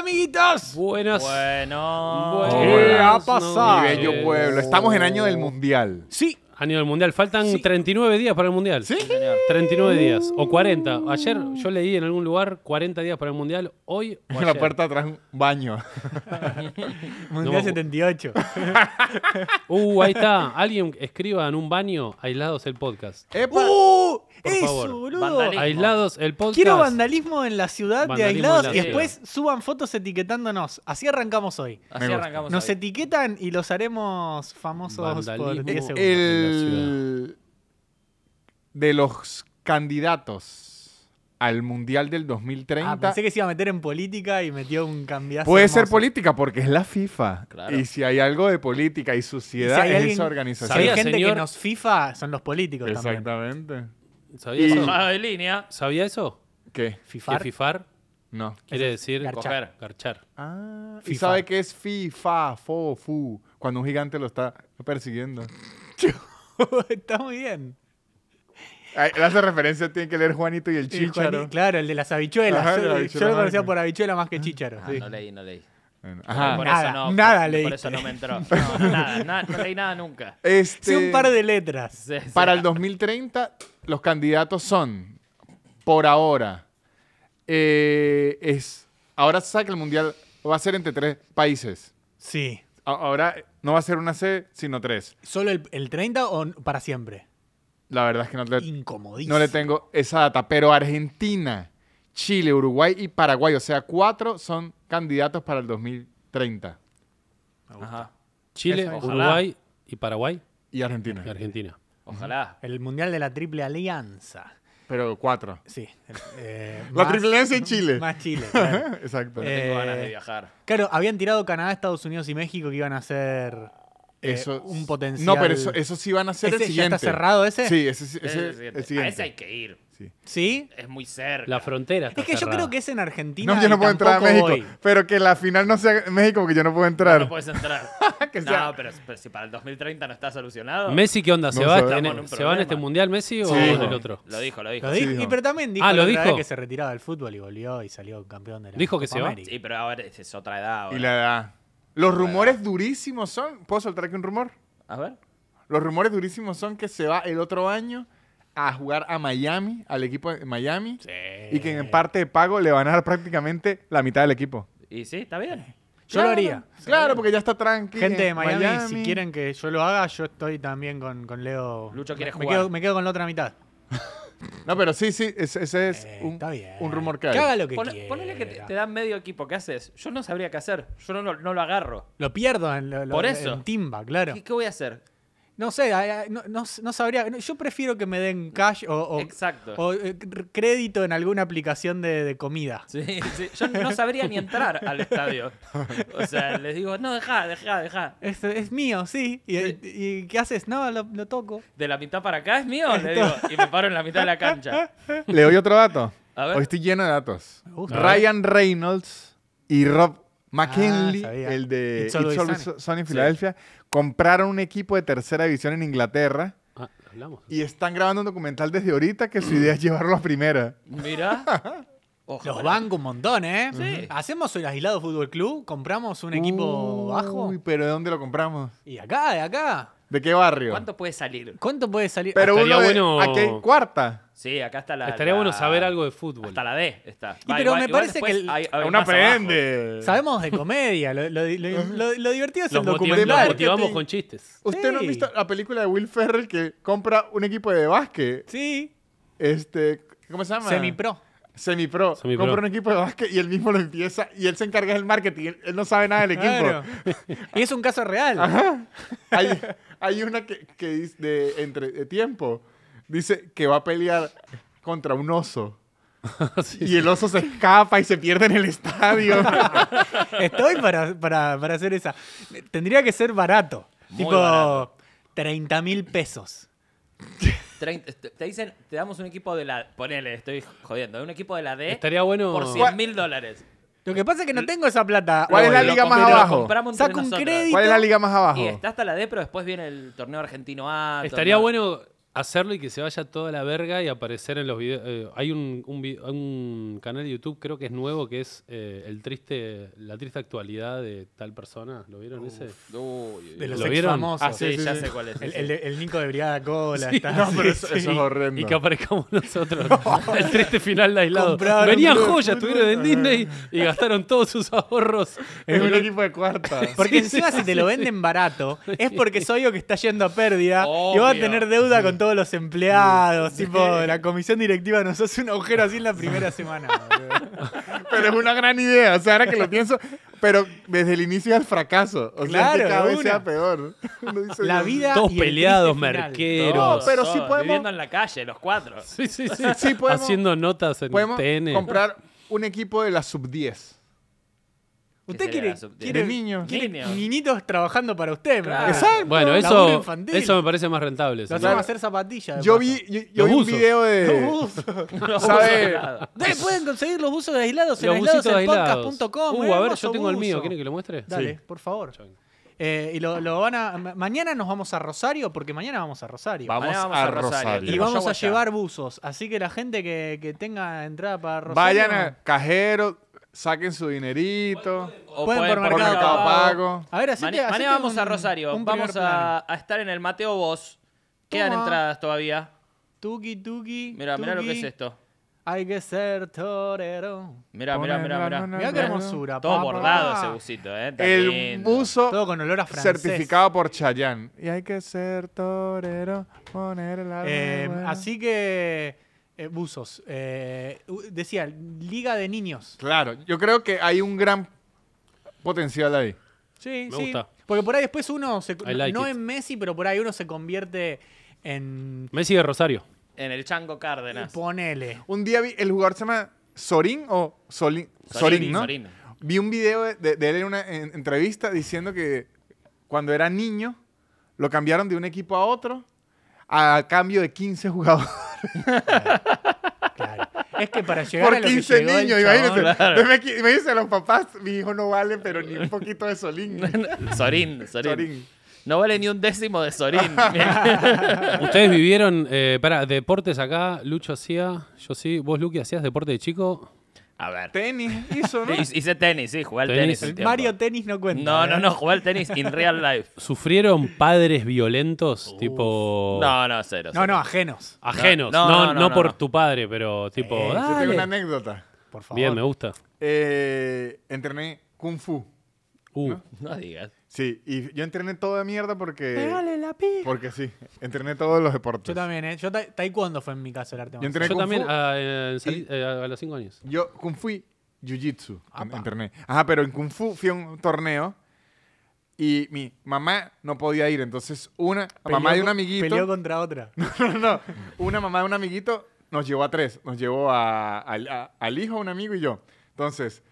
Buenas. Buenas. Bueno. Buenas Bueno. Eh, Oh, Hola. ¿Qué ha pasado? noches. Ah, Mi bello pueblo. Estamos en año del mundial. Pues Sí. A nivel mundial. Faltan Sí. 39 días para el mundial. Sí. Señor. 39 días. O 40. Ayer yo leí en algún lugar 40 días para el mundial. Hoy. o En la ayer. puerta atrás un baño. No, Mundial bu- 78. Uh, ahí está. Alguien escriba en un baño. Aislados el podcast. ¡Epa! ¡Uh! Eso, favor, boludo. vandalismo. Aislados el podcast. Quiero vandalismo en la ciudad de Vandalismo en aislados la y después suban fotos etiquetándonos. Así arrancamos hoy. Así gusta. arrancamos. Nos hoy. etiquetan y los haremos famosos Vandalismo. por 10 segundos. Eh, Ah, El de los candidatos al mundial del Ah, 2030 pensé que se iba a meter en política y metió un cambiazo. puede ser hermoso. política porque es la FIFA. Claro. Y si hay algo de política y suciedad Y si hay es alguien- esa Si hay organización. ¿Sabía, gente señor? que nos FIFA, son los políticos también. Exactamente. ¿Sabía Y- eso? Bajado de línea. ¿Sabía eso? ¿Qué? Que Fifar. fifar No. quiere decir Garchar. coger, garchar. Ah, ¿Y FIFA. sabe qué es FIFA, fo, fu? Cuando un gigante lo está persiguiendo. Oh, Está muy bien. Ay, Él hace referencia, tiene que leer Juanito y el El Chicharo. Juani- claro, el de las habichuelas. Ajá, yo, la yo habichuela lo conocía mágica. por habichuela más que chicharo. Ah, sí. No leí, no leí. Ajá. Por Nada, eso no, nada por, leíste. Por eso no me entró. No, nada, nada, no leí nada nunca. Este, Sí, un par de letras. Sí, sí. Para el 2030, los candidatos son, por ahora, eh, es. Ahora se sabe que el mundial va a ser entre tres países. Sí. A- Ahora no va a ser una C, sino tres. ¿Solo el, el 30 o n- para siempre? La verdad es que no le, Incomodísimo. no le tengo esa data. Pero Argentina, Chile, Uruguay y Paraguay, o sea, cuatro son candidatos para el 2030. Ajá. Chile, Eso, ojalá. Uruguay y Paraguay Y Argentina. y Argentina. Ojalá. El mundial de la triple alianza. Pero cuatro. Sí. eh, La más- triple alianza y Chile. Más Chile, claro. Exacto. Eh, Tengo ganas de viajar. Claro, habían tirado Canadá, Estados Unidos y México que iban a ser eh, Eso- un potencial. No, pero eso, eso sí van a ser el ¿Ese ya siguiente. está cerrado ese? Sí, ese, ese- Ese es el siguiente. el siguiente. A ese hay que ir. Sí. ¿Sí? Es muy cerca. La frontera. está Es que yo cerrada. creo que es en Argentina. No, yo no y puedo entrar a tampoco México. voy. Pero que la final no sea México porque yo no puedo entrar. No puedes entrar. Que sea- no, pero, pero si para el 2030 no está solucionado. Messi, ¿qué onda? ¿Se, No va, sabemos. este- Estamos en un ¿se va en este problema. mundial Messi o Sí. en el otro? Lo dijo, lo dijo. Lo dijo, dijo. y pero también dijo, Ah, ¿lo la otra dijo? vez que se retiraba del fútbol y volvió y salió campeón de la ¿Dijo que Copa se va? América. Sí, pero ahora es, es otra edad. ahora. Y la edad. Los rumores durísimos son. ¿Puedo soltar aquí un rumor? A ver. Los rumores durísimos son que se va el otro año a jugar a Miami, al equipo de Miami. Y que en parte de pago le van a dar prácticamente la mitad del equipo. Y sí, está bien. Yo lo haría. Claro, porque ya está tranquilo. Gente de Miami, si quieren que yo lo haga, yo estoy también con, con Leo. Lucho quiere me jugar. Quedo, me quedo con la otra mitad. No, pero sí, sí, ese, ese es Eh, un, está bien. un rumor que hay. que haga lo que Pone- quiera. ponele que te, te dan medio equipo. ¿Qué haces? Yo no sabría qué hacer. Yo no, lo- no lo agarro. Lo pierdo en, lo- lo- Por eso. en timba, claro. ¿Qué, qué voy a hacer? No sé, ay, ay, no, no- no sabría. no, Yo prefiero que me den cash o, o- Exacto. o, eh, cr- crédito en alguna aplicación de, de comida. Sí, sí. Yo no sabría ni entrar al estadio. O sea, les digo, no, deja, deja, deja. Es, es mío, sí. ¿Y, Sí. y qué haces? No, lo, lo toco. De la mitad para acá es mío, le digo. Y me paro en la mitad de la cancha. Le doy otro dato. A ver. Hoy estoy lleno de datos. gusta. Ryan Reynolds y Rob Ah, McKinley, sabía. el de It's Always Sunny. Sony en Filadelfia, compraron un equipo de tercera división en Inglaterra Ah, ¿lo hablamos. y están grabando un documental desde ahorita que su idea es llevarlo a primera. Mirá. Ojalá. Los banco un montón, ¿eh? Sí. Hacemos el aislado fútbol club, compramos un equipo Uy, bajo. pero ¿de dónde lo compramos? Y acá, de acá. ¿De qué barrio? ¿Cuánto puede salir? ¿Cuánto puede salir? Pero Estaría uno de, bueno- aquí hay cuarta. Sí, acá está la. Estaría la- bueno saber algo de fútbol. Hasta la D está. Y pero me parece después que el- hay- hay Una más abajo. aprende. Ah, Sabemos de comedia, lo, lo- lo- lo- lo divertido es Los el motiv- documental. los motivamos te- con chistes. ¿Usted no ha Sí. visto la película de Will Ferrell que compra un equipo de básquet? Sí, Este, ¿cómo se llama? semipro. Semipro. Semipro. Compra un equipo de básquet y él mismo lo empieza y él se encarga del marketing. Él- Él no sabe nada del equipo. Claro. y es un caso real. Hay, hay una que, que dice de entre de tiempo. Dice que va a pelear contra un oso. Y el oso se escapa y se pierde en el estadio. Estoy para, para- para hacer esa. Tendría que ser barato. Muy tipo barato. 30 mil pesos. Trein- te- Te dicen, te damos un equipo de la. Ponele, estoy jodiendo. Un equipo de la D. Estaría bueno. ¿Eh? Por 100 mil dólares. Lo que pasa es que no tengo esa plata. ¿Cuál es la hoy. liga Lo más com- lo abajo? compramos entre Saca un nosotros. crédito. ¿Cuál es la liga más Y abajo? está hasta la D, pero después viene el torneo argentino A. Estaría torneo- bueno hacerlo y que se vaya toda la verga y aparecer en los videos. hay un, un vi- un canal de YouTube, creo que es nuevo, que es eh, el triste, la triste actualidad de tal persona. ¿Lo vieron ese? Uy, uy, De uy. los ¿Lo ex vieron? famosos. Ah, sí, sí, ya sí, sé sí. cuál es. El, ese. el, de- el Nico de Brigada Cola. está- No, pero sí, eso, sí. eso es Y horrendo. que aparezcamos nosotros. el triste final de aislado. Compraron Venían un- joyas, estuvieron en Disney y gastaron todos sus ahorros. Es un equipo de cuarta. Porque encima si te lo venden barato, es porque es obvio que está yendo a pérdida y vas a Obvio. tener deuda con todos los empleados. Tipo, la comisión directiva nos hace un agujero así en la primera semana. boludo. Pero es una gran idea. O sea, ahora que lo pienso. Pero desde el inicio al fracaso. O sea, es que Claro, cada vez una. sea peor. Uno dice, La Dios vida. Todos y el peleados, triste final. merqueros. Todos, pero todos, sí podemos- Viviendo en la calle, los cuatro. Sí, sí, sí. Sí, podemos- Haciendo notas en Podemos TN. comprar un equipo de la sub 10. Usted Que se quiere, la sub- quiere de niños. quiere Niños. niñitos trabajando para usted. Claro. ¿no? Exacto. Bueno, Laburo eso, infantil. eso me parece más rentable. Lo sí. hacemos Claro. hacer zapatillas. de Yo paso. vi, eh, yo, yo vi Los un buzos. video de. No, ¿Sabe? no, nada. Dale, pueden conseguir los buzos de aislados en Los bucitos aislados. aisladosenpodcast.com. Uh, eh, a ver, hermoso yo tengo el mío. buzo. ¿Quieren que lo muestre? Dale, Sí. por favor. Eh, y lo, lo van a. ma- Mañana nos vamos a Rosario, porque mañana vamos a Rosario. Vamos Mañana a Rosario. y tenemos vamos show a allá. llevar buzos. Así que la gente que, que tenga entrada para Rosario. Vayan a cajero, saquen su dinerito. O Pueden por Mercado Mercado Pago. A ver, así Mane- que. mañana vamos a Rosario. Vamos a, a estar en el Mateo Vos. Quedan Toma. entradas todavía. Tuki, tuki. Mira, mira lo que tuki. es esto. Hay que ser torero. Mira, mira, Poner mira, la mira. nana- Mirá qué hermosura. Todo papá. bordado ese busito, eh. Está El lindo. buzo Todo con olor a francés. certificado por Chayanne. Y hay que ser torero, poner la. Eh, buena. así que. eh, buzos. Eh, u- decía, Liga de Niños. Claro, yo creo que hay un gran potencial ahí. Sí, Me sí. gusta. Porque por ahí después uno se. I like no it. en Messi, pero por ahí uno se convierte en. Messi de Rosario. En el Chango Cárdenas. Ponele. Un día vi, el jugador se llama Sorín o Solín, Sorín, ¿no? Sorín. Vi un video de, de- de él en una en- entrevista diciendo que cuando era niño lo cambiaron de un equipo a otro a cambio de 15 jugadores. Claro. Es que para llegar a Por lo que 15 llegó el niños, chabón- imagínense. Me, qui- me dicen los papás, mi hijo no vale, pero ni un poquito de Solín. Sorín, Sorín. Sorín. No vale ni un décimo de Sorín. Ustedes vivieron, eh, para deportes acá. Lucho hacía, yo sí. ¿Vos, Luqui, hacías deporte de chico? A ver. Tenis hizo, ¿no? Hice hice tenis, sí, jugué al Tenis. tenis. El un tiempo. Mario Tenis no cuenta. No, ¿eh? no, no, jugué al tenis in real life. ¿Sufrieron padres violentos? Tipo. No, no, cero. Oh. No, cero. no, ajenos. Ajenos. No, No, no, no, no, no, por no. tu padre, pero tipo. Eh, yo Yo tengo dale. una anécdota. Por favor. Bien, me gusta. Eh, entrené Kung Fu. Uh, No digas. Sí, y yo entrené toda mierda porque... Pegale la pija. Porque sí, entrené todos los deportes. Yo también, ¿eh? Yo ta- taekwondo fue en mi caso el arte Yo marcial. entrené Yo Kung también Fu, ah, eh, salí, eh, a los 5 años. yo Kung Fu y Jiu-Jitsu en- Apa. entrené. Ajá, pero en Kung Fu fui a un torneo y mi mamá no podía ir, entonces una Peleó mamá de un con- Peleó amiguito, contra otra. no, no, una mamá de un amiguito nos llevó a tres, nos llevó a- al- a- al hijo, un amigo y yo. Entonces,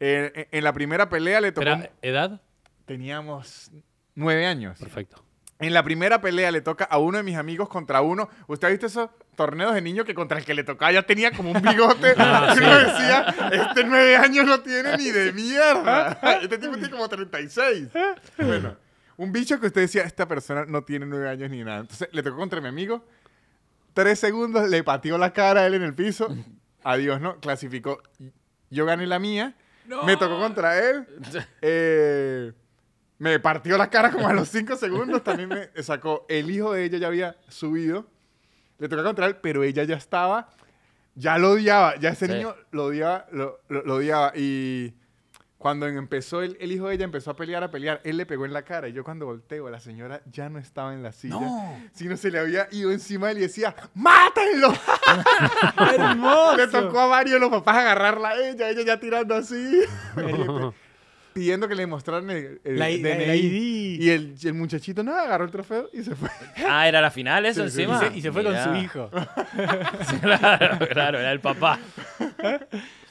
eh, en, en la primera pelea le tocó, Espera, ¿edad? teníamos nueve años. Perfecto. En la primera pelea le toca a uno de mis amigos contra uno. ¿Usted ha visto esos torneos de niños que contra el que le tocaba ya tenía como un bigote? Ah, Y uno decía, este nueve años no tiene ni de mierda. Este tipo tiene como 36. Bueno, un bicho que usted decía, esta persona no tiene nueve años ni nada. Entonces le tocó contra mi amigo. Tres segundos, le pateó la cara a él en el piso. Adiós, ¿no? Clasificó. Yo gané la mía. Me tocó contra él. Eh, me partió la cara como a los 5 segundos. También me sacó. El hijo de ella ya había subido. Le tocó contra él, pero ella ya estaba. Ya lo odiaba. Ya ese Sí. niño lo odiaba. Lo, lo- lo odiaba. Y cuando empezó el, el hijo de ella, empezó a pelear, a pelear. Él le pegó en la cara. Y yo cuando volteo, la señora ya no estaba en la silla. Sino se le había ido encima de él y decía, ¡mátenlo! ¡Hermoso! Le tocó a varios los papás agarrarla a ella, ella ya tirando así. Pidiendo que le mostraran el, el La I- la- DNI. la ID. Y el, y el muchachito nada, agarró el trofeo y se fue. Ah, era la final eso Sí, sí, Y encima. se, y se fue Mirá. con su hijo. claro, claro, era el papá.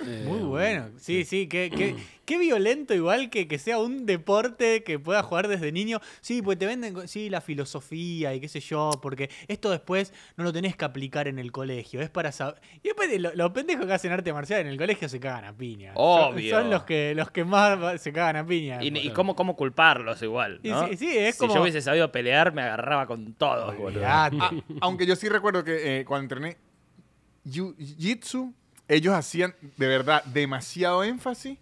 Eh, Muy bueno. Sí, sí, qué, qué, qué violento igual que, que sea un deporte que pueda jugar desde niño. Sí, pues te venden, co- sí, la filosofía y qué sé yo, porque esto después no lo tenés que aplicar en el colegio, es para saber... Y después de lo- los pendejos que hacen arte marcial en el colegio se cagan a piña. Son- Obvio. Son, los, que, los que más va- se cagan a piña. Y, y cómo, cómo culparlos igual. Y ¿no? sí, sí, es Si yo como... hubiese sabido pelear, me agarraba con todos, boludo. Olvidate. Ah, aunque yo sí recuerdo que eh, cuando entrené Jiu- Jitsu, ellos hacían de verdad demasiado énfasis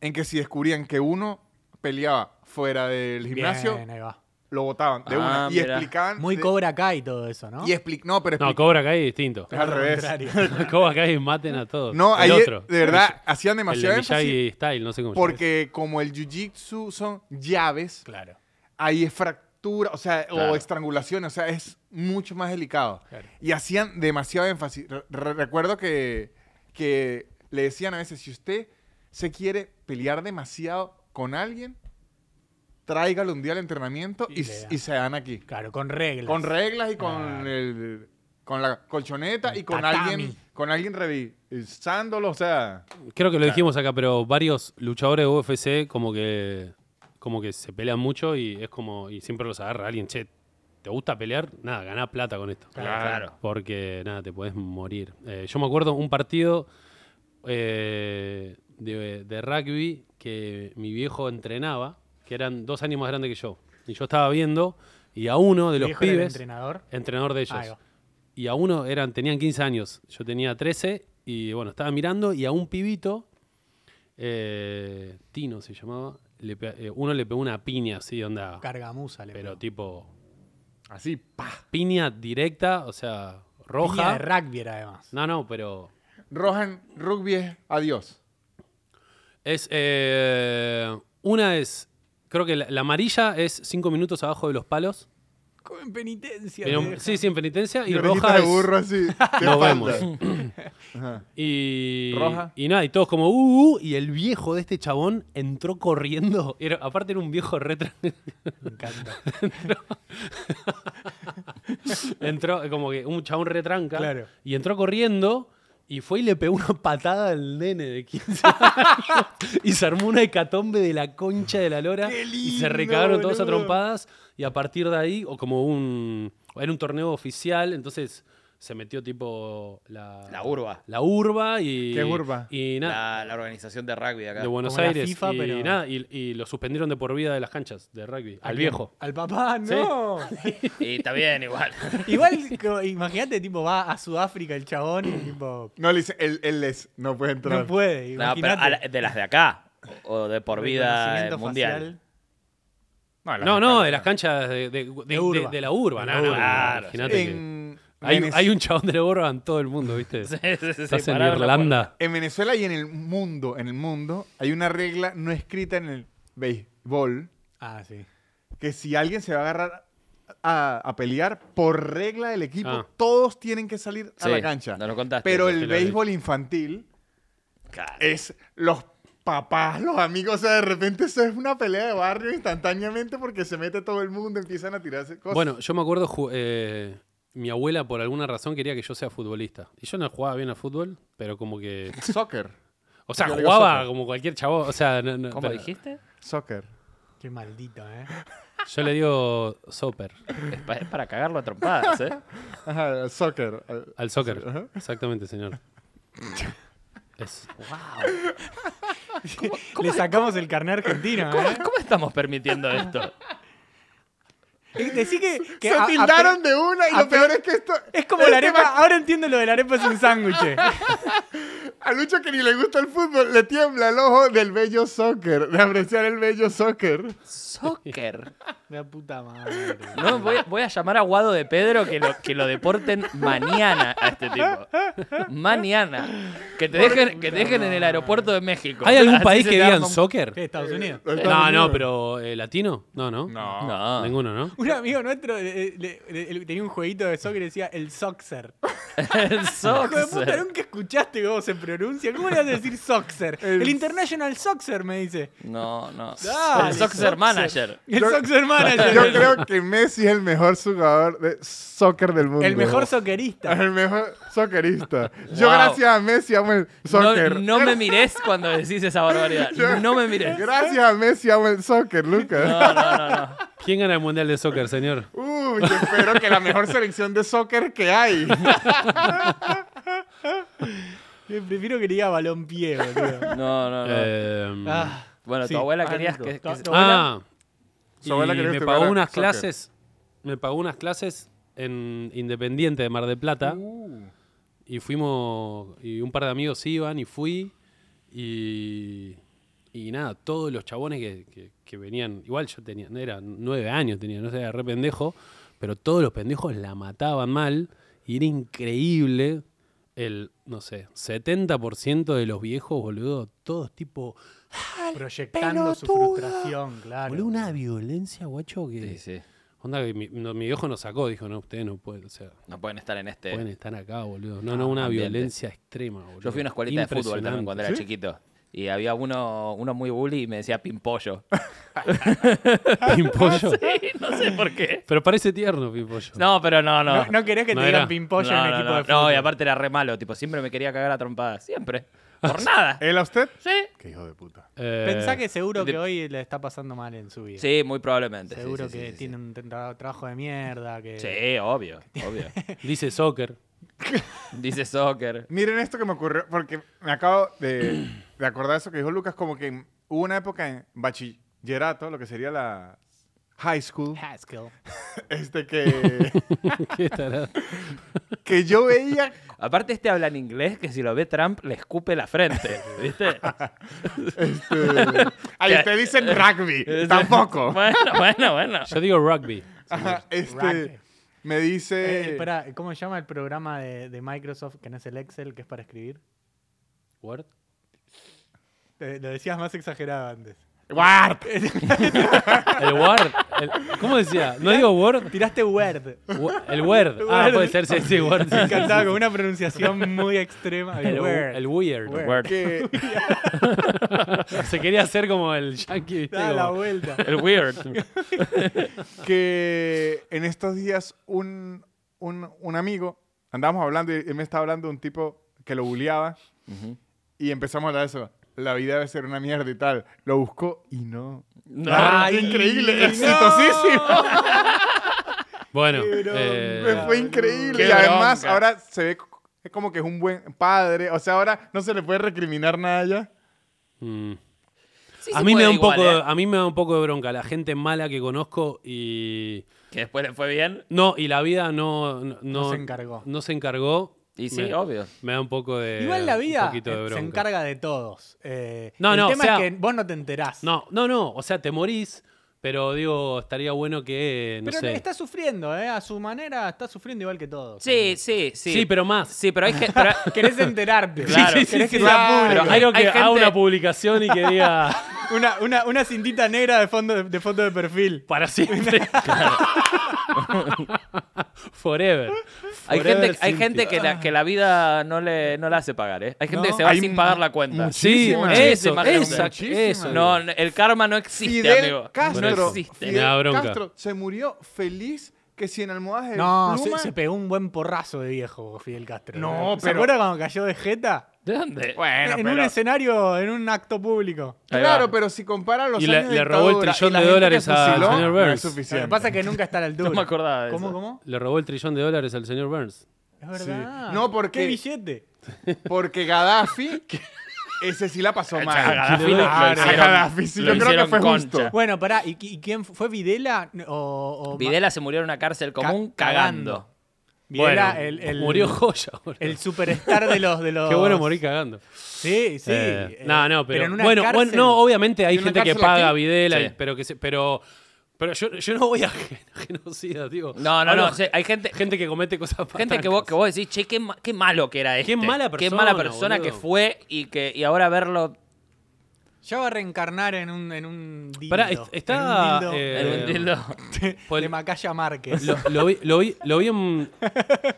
en que si descubrían que uno peleaba fuera del Bien, Ah, gimnasio, ahí va. lo botaban de Ah, una. Y mira. explicaban. Muy de- Cobra Kai todo eso, ¿no? Y expli- no, pero No, expli- Cobra Kai es distinto. es al revés. contrario. Cobra Kai maten a todos. No, el ahí otro. de verdad hacían El demasiado de énfasis Miyagi Style, no sé cómo se llama. Pues porque como el jiu-jitsu son llaves, Claro. ahí es fractura, o sea, Claro. o estrangulación, o sea, es mucho más delicado. Claro. Y hacían demasiado énfasis. Re- re- recuerdo que, que le decían a veces, si usted se quiere pelear demasiado con alguien, tráigalo un día al entrenamiento Y y, le s- da. y se dan aquí. Claro, con reglas. Con reglas y con Claro. el con la colchoneta y con Tatami. alguien con alguien revisándolo, o sea, Creo que lo dijimos acá, pero varios luchadores de UFC como que como que se pelean mucho y es como y siempre los agarra alguien, che, ¿te gusta pelear? Nada, ganá plata con esto. Claro. Porque nada, te puedes morir. Eh, yo me acuerdo un partido eh, de, de rugby que mi viejo entrenaba, que eran dos años más grandes que yo. Y yo estaba viendo y a uno de ¿Tu los viejo era el pibes, entrenador. entrenador de ellos, Ahí va. y a uno eran, tenían 15 años, yo tenía 13, y bueno, estaba mirando, y a un pibito, eh, Tino se llamaba, le pe- eh, uno le pegó una piña así, onda, Cargamusa le pero pegó. tipo, así, pa, piña directa, o sea, Piña de roja. rugby era, además. No, no, pero Rohan rugby es adiós. es, eh, una es, creo que la, la amarilla es 5 minutos abajo de los palos. Como en penitencia. Pero- te deja. sí, sí, en penitencia, y Orejita roja de es, burro así. ¿qué Nos falta? vemos. Ajá. Y, Roja. y nada, y todos como, uh, uh", y el viejo de este chabón entró corriendo. Era- aparte era un viejo retro. Me encanta. entró eh, como que un chabón retranca. Claro. Y entró corriendo y fue y le pegó una patada al nene de 15 años. y se armó una hecatombe de la concha de la lora. ¡Qué y lindo, se recagaron todos a boludo! trompadas. Y a partir de ahí, o como un. Era un torneo oficial, entonces se metió tipo la. La urba. La urba y. ¿Qué urba? Y nada. La, la organización de rugby de acá. de Buenos Como la Aires FIFA, y, pero- nada, y, y lo suspendieron de por vida de las canchas de rugby ¿A al quién? viejo Al papá, no. Y está bien, igual. Igual, co- imagínate, tipo, va a Sudáfrica el chabón y, tipo, No, le dice, él, él es, no puede entrar. no puede. No, pero Imagínate. a la- de las de acá. O o de por vida Reconocimiento mundial. facial. no no de las canchas de, de- de- de- urba. de la urba De no, la no, urba. Claro, imagínate que En, hay, Venez- hay un chabón de la urba en todo el mundo viste Sí, sí, sí, estás en pará, Irlanda en Venezuela y en el mundo, en el mundo, hay una regla no escrita en el béisbol Ah, sí. que si alguien se va a agarrar a, a pelear por regla del equipo, Ah. todos tienen que salir a Sí, la cancha. no lo contaste. Pero eso, sí el lo he béisbol infantil claro. es los papás, los amigos, o sea, de repente eso es una pelea de barrio instantáneamente porque se mete todo el mundo, empiezan a tirarse cosas. bueno yo me acuerdo ju- eh, mi abuela por alguna razón quería que yo sea futbolista y yo no jugaba bien al fútbol pero como que Soccer. o sea Yo digo jugaba soccer. como cualquier chabón o sea no- no, ¿Cómo pero- dijiste? Soccer. Qué maldito, ¿eh? yo le digo soper Es pa- es para cagarlo a trompadas, ¿eh? Ajá, soccer. Eh, Al soccer. Ajá. Exactamente, señor. Es- Le sacamos el carné argentino, ¿Cómo, ¿eh? cómo estamos permitiendo esto? Eh, Decí que... que se a- a- tildaron de una y a- lo peor es que esto. Es como la arepa... Ahora entiendo lo de la arepa sin sándwich. A Lucho que ni le gusta el fútbol, le tiembla el ojo del bello soccer, de apreciar el bello soccer. Eh, Soccer. La puta madre. No, voy, a- voy a llamar a Guado de Pedro que lo, que lo deporten mañana a este tipo. Mañana. Que te dejen, que te dejen en el aeropuerto de México. ¿Hay algún Así país se que te digan arma un- ¿Qué, soccer? Estados Unidos? No, no, pero eh, latino? No, no. No. No. Ninguno, ¿no? Un amigo nuestro eh, le- le- le- tenía un jueguito de soccer y decía el soccer. El Hijo de puta, soccer. nunca escuchaste cómo se pronuncia. ¿Cómo le vas a decir Soxer? El, El- International Soxer me dice. No, no. Dale, el Soxer Manager. El Yo- Soxer Manager. Yo creo que Messi es el mejor jugador de soccer del mundo. el mejor soccerista. El mejor soccerista. Yo Wow. gracias a Messi amo el No, soccer. no me mires cuando decís esa barbaridad. Yo- No me mires. Gracias a Messi amo el soccer, Lucas. No, no, no, no. ¿Quién gana el mundial de soccer, señor? Uy, yo espero que la mejor selección de soccer que hay. Yo Prefiero que le diga balón pie, boludo. No, no, no. Eh, Ah, bueno, sí, Mm. tu abuela ah, querías Nico. que, que- Tu- tu abuela- ah, Su abuela y quería que me estudiara pagó unas soccer. clases. Me pagó unas clases en Independiente de Mar del Plata. Y fuimos, y un par de amigos iban y fui. Y, y nada, todos los chabones que, que- que venían, igual yo tenía, era nueve años, tenía, no sé, era re pendejo, pero todos los pendejos la mataban mal y era increíble. El, no sé, 70% de los viejos, boludo, todos tipo, proyectando su pelotudo. frustración, claro. boludo, una violencia, guacho, que... Sí, sí. Onda que mi, no, mi viejo nos sacó, dijo, no, ustedes no pueden, o sea, No pueden estar en este. pueden estar acá, boludo. No, no, una Ah, ambiente. violencia extrema, boludo. Yo fui a una escuelita de fútbol también cuando era Impresionante. chiquito. Y había uno, uno muy bully y me decía pimpollo. Pimpollo. Sí, no sé por qué. Pero parece tierno, Pimpollo. No, pero no, no. No, no querés que No te era. digan pimpollo No, en no, equipo no. de fútbol. No, y aparte era re malo, tipo, siempre me quería cagar a trompadas. Siempre. Por nada. Eh. ¿Él a usted? Sí. Qué hijo de puta. Eh, Pensá que seguro de- que hoy le está pasando mal en su vida. Sí, muy probablemente. Sí, Seguro sí, sí, que sí, sí. tiene un tra- trabajo de mierda. Que... Sí, obvio, obvio. Dice soccer. Dice soccer. Miren esto que me ocurrió, porque me acabo de, de acordar eso que dijo Lucas, como que hubo una época en bachillerato, lo que sería la high school, Haskell. este que, Qué tarado. que yo veía Aparte, este habla en inglés que si lo ve Trump le escupe la frente. ¿Viste? Este, ahí ustedes dicen rugby, tampoco. Bueno, bueno, bueno. Yo digo rugby. Ajá, Rugby. este, me Eh, dice espera, ¿cómo se llama el programa de, de Microsoft que no es el Excel, que es para escribir? Word. Eh, lo decías más exagerado antes. Wart. El Word. el- ¿Cómo decía? No digo Word. Tiraste Word. Wo- El Word. Ah, Word. puede ser, sí, sí, Word. Me encantaba con una pronunciación muy extrema. El, El Word. el weird. Word. Word. que Se quería hacer como el yankee, ¿viste? Da la Como- vuelta. El weird. que en estos días un, un, un amigo andábamos hablando y él me estaba hablando de un tipo que lo bulleaba Ujú. y empezamos a hablar de eso. La vida debe ser una mierda y tal. Lo buscó y no. No. ¡Ay, increíble! ¡Exitosísimo! Bueno, Qué bronca. eh, Me fue increíble. Qué Y además bronca. ahora se ve co- como que es un buen padre. O sea, ahora no se le puede recriminar nada ya. mm. Sí se a mí puede me da un igual, poco ¿eh? a mí me da un poco de bronca la gente mala que conozco y Que después le fue bien. no y la vida no no, no- se encargó. no se encargó Y sí, me, obvio. me da un poco de Igual la un vida poquito de eh, se bronca. encarga de todos. Eh, No, el no, o tema sea- es que vos no te enterás. no no no o sea te morís pero digo estaría bueno que no pero sé está sufriendo, ¿eh? A su manera está sufriendo igual que todos. Sí, sí, sí. sí. pero más Sí, pero hay que. pero- Querés enterarte. Claro. Sí, sí, Querés sí, que sí. sea público. Pero hay- Quiero que hay haga gente- una publicación y que diga Una, una, una cintita negra de fondo de, de fondo de perfil. para siempre forever Hay Forever gente, hay Cinti. gente que, la, que la vida no le no la hace pagar, ¿eh? Hay gente No, que se va hay sin mu- pagar la cuenta. sí Muchísima eso gente. esa- Muchísima eso No, no, el karma no existe, Fidel amigo. Castro. No existe. Me da Fidel bronca. Castro se murió feliz que si en almohadas de No, se, pluma... se pegó un buen porrazo de viejo Fidel Castro. ¿eh? No, ¿Se pero- acuerda cuando cayó de jeta? ¿De dónde? Bueno, en un pero- escenario, en un acto público. Ahí Claro, va. pero si compara los Y le- años de le robó el dictadura y trillón la de gente que dólares al fusiló, señor No es Burns. Lo que suficiente. pasa es que nunca está a la altura. No me acordaba de ¿Cómo, eso. cómo? le robó el trillón de dólares al señor Burns Es verdad. No, porque- ¿Qué billete? Porque Gaddafi, ese sí la pasó mal. A Gaddafi lo- lo Claro, hicieron- a Gaddafi sí, lo yo creo que hicieron fue concha. justo. Bueno, pará, ¿y, qui- y quién fu- fue Videla? O, o- Videla se murió en una cárcel Ca- común cagando. Videla, Bueno, el, el- murió joya boludo. El superstar de los, de los. Qué bueno morir cagando. Sí, sí. Eh, eh, no, no, pero, en una bueno, cárcel- bueno, no, obviamente hay ¿En una gente que cárcel paga aquí? Videla, y- Sí. pero que se- pero pero yo, yo no voy a gen- genocida, tío. No, no, Hablo no. sí, hay gente, Gente que comete cosas gente que vos, que vos decís, che, qué, ma- qué malo que era este. mala Qué mala persona, persona que boludo. fue y que y ahora verlo Ya va a reencarnar en un, en un dildo. Pará, es- está, en un dildo eh, En un dildo. de, Pol- de Macaya Márquez. Lo, lo vi, lo vi- lo vi en,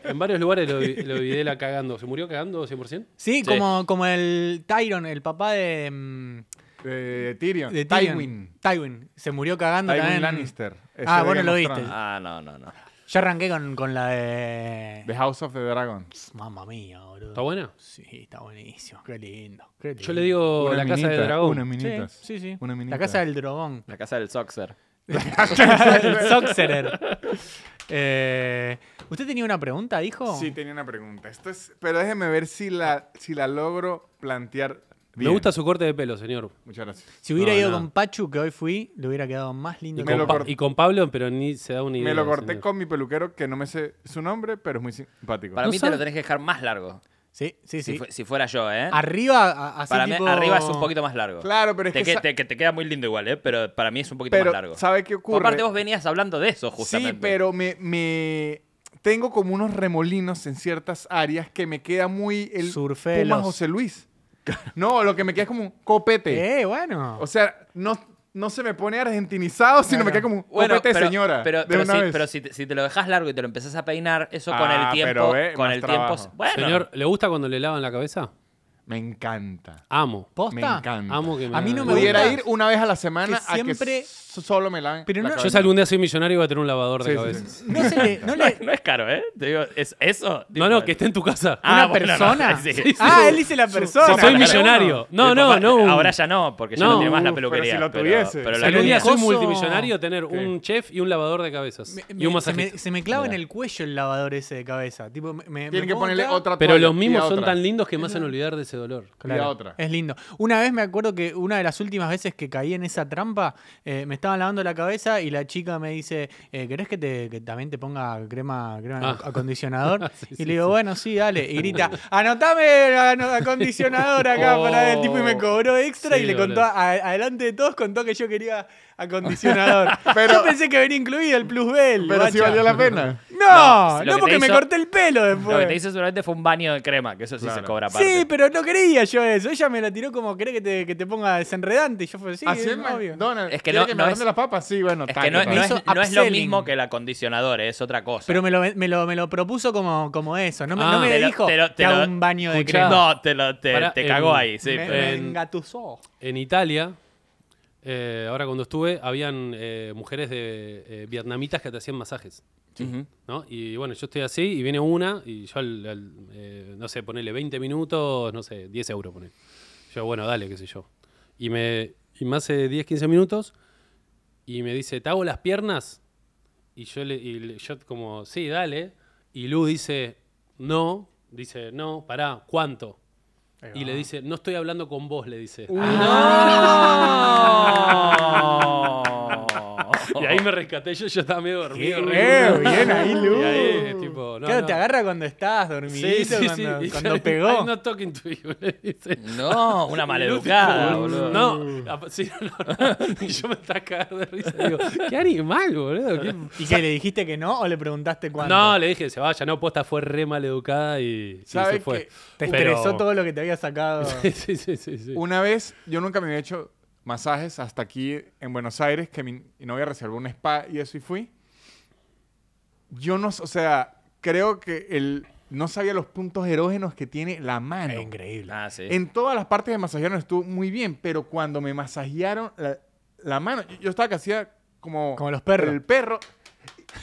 en varios lugares, lo vi, lo vi de la cagando. ¿Se murió cagando 100%? Sí, Sí. Como, como el Tyron, el papá de, mm, Eh, Tyrion. de Tyrion. Tywin. Tywin. Se murió cagando Tywin también. Lannister. Ese Ah, de Game bueno, lo of viste. Thrones. Ah, no, no, no. Yo arranqué con, con la de... The House of the Dragon. Mamma mía, boludo. ¿Está buena? Sí, está buenísimo. Qué lindo. qué Yo le lindo. digo Una Oh, la casa minita, de dragón. Una minita. Sí, sí, sí. Una minita. la casa del dragón. La casa del Soxer. el Soxerer. Eh, ¿Usted tenía una pregunta, dijo? Sí, tenía una pregunta. Esto es, pero déjeme ver si la, si la logro plantear bien. Me gusta su corte de pelo, señor. Muchas gracias. Si hubiera No, ido no. con Pachu, que hoy fui, le hubiera quedado más lindo Y que Me lo con, Pa- Pa- corté. y con Pablo, pero ni se da una idea. Me lo corté señor. con mi peluquero, que no me sé su nombre, pero es muy simpático. Para No mí sabe- te lo tenés que dejar más largo. Sí, sí, Si, sí. fu- si fuera yo, ¿eh? Arriba, a- así para mí, tipo- arriba es un poquito más largo. Claro, pero es Te que, que- sa- te, que te queda muy lindo igual, ¿eh? Pero para mí es un poquito pero más largo. ¿sabe qué ocurre? Aparte, vos venías hablando de eso, justamente. Sí, pero me, me- tengo como unos remolinos en ciertas áreas que me queda muy el Surfelos. Puma José Luis. No, lo que me queda es como un copete. Eh, bueno. O sea, no, no se me pone argentinizado, sino me queda como un Bueno, copete, pero- señora. Pero, de pero una si, vez. pero si te, si te lo dejas largo y te lo empezás a peinar, eso con Ah, el tiempo. pero ve, con más el trabajo. tiempo. Bueno, Señor, ¿le gusta cuando le lavan la cabeza? Me encanta. Amo. Me ¿Posta? encanta. Amo que me A mí laven la no me cabeza. Pudiera gusta ir una vez a la semana que siempre- a que s- solo me laven. Pero la no- cabeza. Yo si algún día soy millonario voy a tener un lavador de Sí, sí, cabezas. sí. No, se le- no le- no es caro, ¿eh? Te digo, es, eso. tipo, No, no, que esté en tu casa. Ah, ¿Una bueno, no, persona? sí. Ah, él dice la persona. soy claro. millonario. No, Mi no, papá- no. Ahora ya no, porque ya no, No, tiene más la uf, pero peluquería. si lo pero- tuviese. pero Si la algún día soy Coso- multimillonario tener ¿Qué? un chef y un lavador de cabezas. Me- y me- un se, masajista. me, se me clava Mira. en el cuello el lavador ese de cabeza. Tipo, me- me- me Tienen que pongo ponerle acá. otra Pero toalla los mismos y son otra. tan lindos que me hacen olvidar de ese dolor. Claro. otra. Es lindo. Una vez me acuerdo que una de las últimas veces que caí en esa trampa, eh, me estaban lavando la cabeza y la chica me dice, eh, ¿querés que, te, que también te ponga crema, crema Ah. acondicionador? Sí, y sí, le digo, sí. bueno, sí, dale. Y grita, anotame la ano- acondicionador acá Oh. para el tipo y me cobró extra Sí, y le contó, boludo. a- adelante de todos, contó que yo quería acondicionador. Pero- yo pensé que venía incluido el plus bel. Pero si guacha. valió la pena. No, No, no, lo que te porque me hizo- corté el pelo después. Lo que te hice seguramente fue un baño de crema, que eso sí se Claro. cobra aparte. Sí, pero no quería yo eso. Ella me lo tiró como, ¿querés que te, que te ponga desenredante? Y yo fue, sí, Así es, obvio. McDonald's. Es que ¿Quiere no- que no me es- de las papas? Sí, bueno. Es que taca, no, taca. no hizo es, no es lo upselling. mismo que el acondicionador, es otra cosa. Pero me lo, me lo, me lo propuso como, como eso. No me, Ah. no me Te lo- dijo, te te, lo- te hago lo- un baño de Escuchá. crema. No, te, lo, te, Pará, te cagó en- ahí, sí. me, pero- me en- engatusó. En Italia, eh, ahora cuando estuve, habían eh, mujeres de eh, vietnamitas que te hacían masajes. Ujú. ¿no? Y bueno, yo estoy así y viene una y yo, al, al, eh, no sé, ponele 20 minutos, no sé, 10 euros ponele. Yo, bueno, dale, qué sé yo. Y me, y me hace 10, 15 minutos y me dice, ¿te hago las piernas? Y yo, le, y le- yo como, sí, dale. Y Lu dice, no, dice, no, pará, ¿cuánto? Y le dice, no estoy hablando con vos, le dice. Uh. Y ahí me rescaté, yo, yo estaba medio dormido. re- Eh, bien ahí, Lu. Y ahí, tipo, no, claro, no. te agarra cuando estás dormidito, cuando, cuando pegó. I'm not talking to you, le dice. No, una maleducada, boludo. No, a- sí, no, no. Y yo me estaba cagando de risa. Digo, qué animal, boludo. qué- ¿Y que le dijiste que no o le preguntaste cuándo? No, le dije, se vaya, no, posta fue re maleducada y, y ¿Sabe se fue. que Te Pero- estresó todo lo que te había sacado. sí, sí, sí, sí. Ah, Una vez, yo nunca me había hecho masajes hasta aquí en Buenos Aires, que mi mi novia reservó un spa y eso y fui. Yo no, s- o sea, creo que el, no sabía los puntos erógenos que tiene la mano. Es increíble. Ah, sí. En todas las partes de masajearon estuvo muy bien, pero cuando me masajearon la, la mano, yo- yo estaba que hacía como... Como los perros. El perro.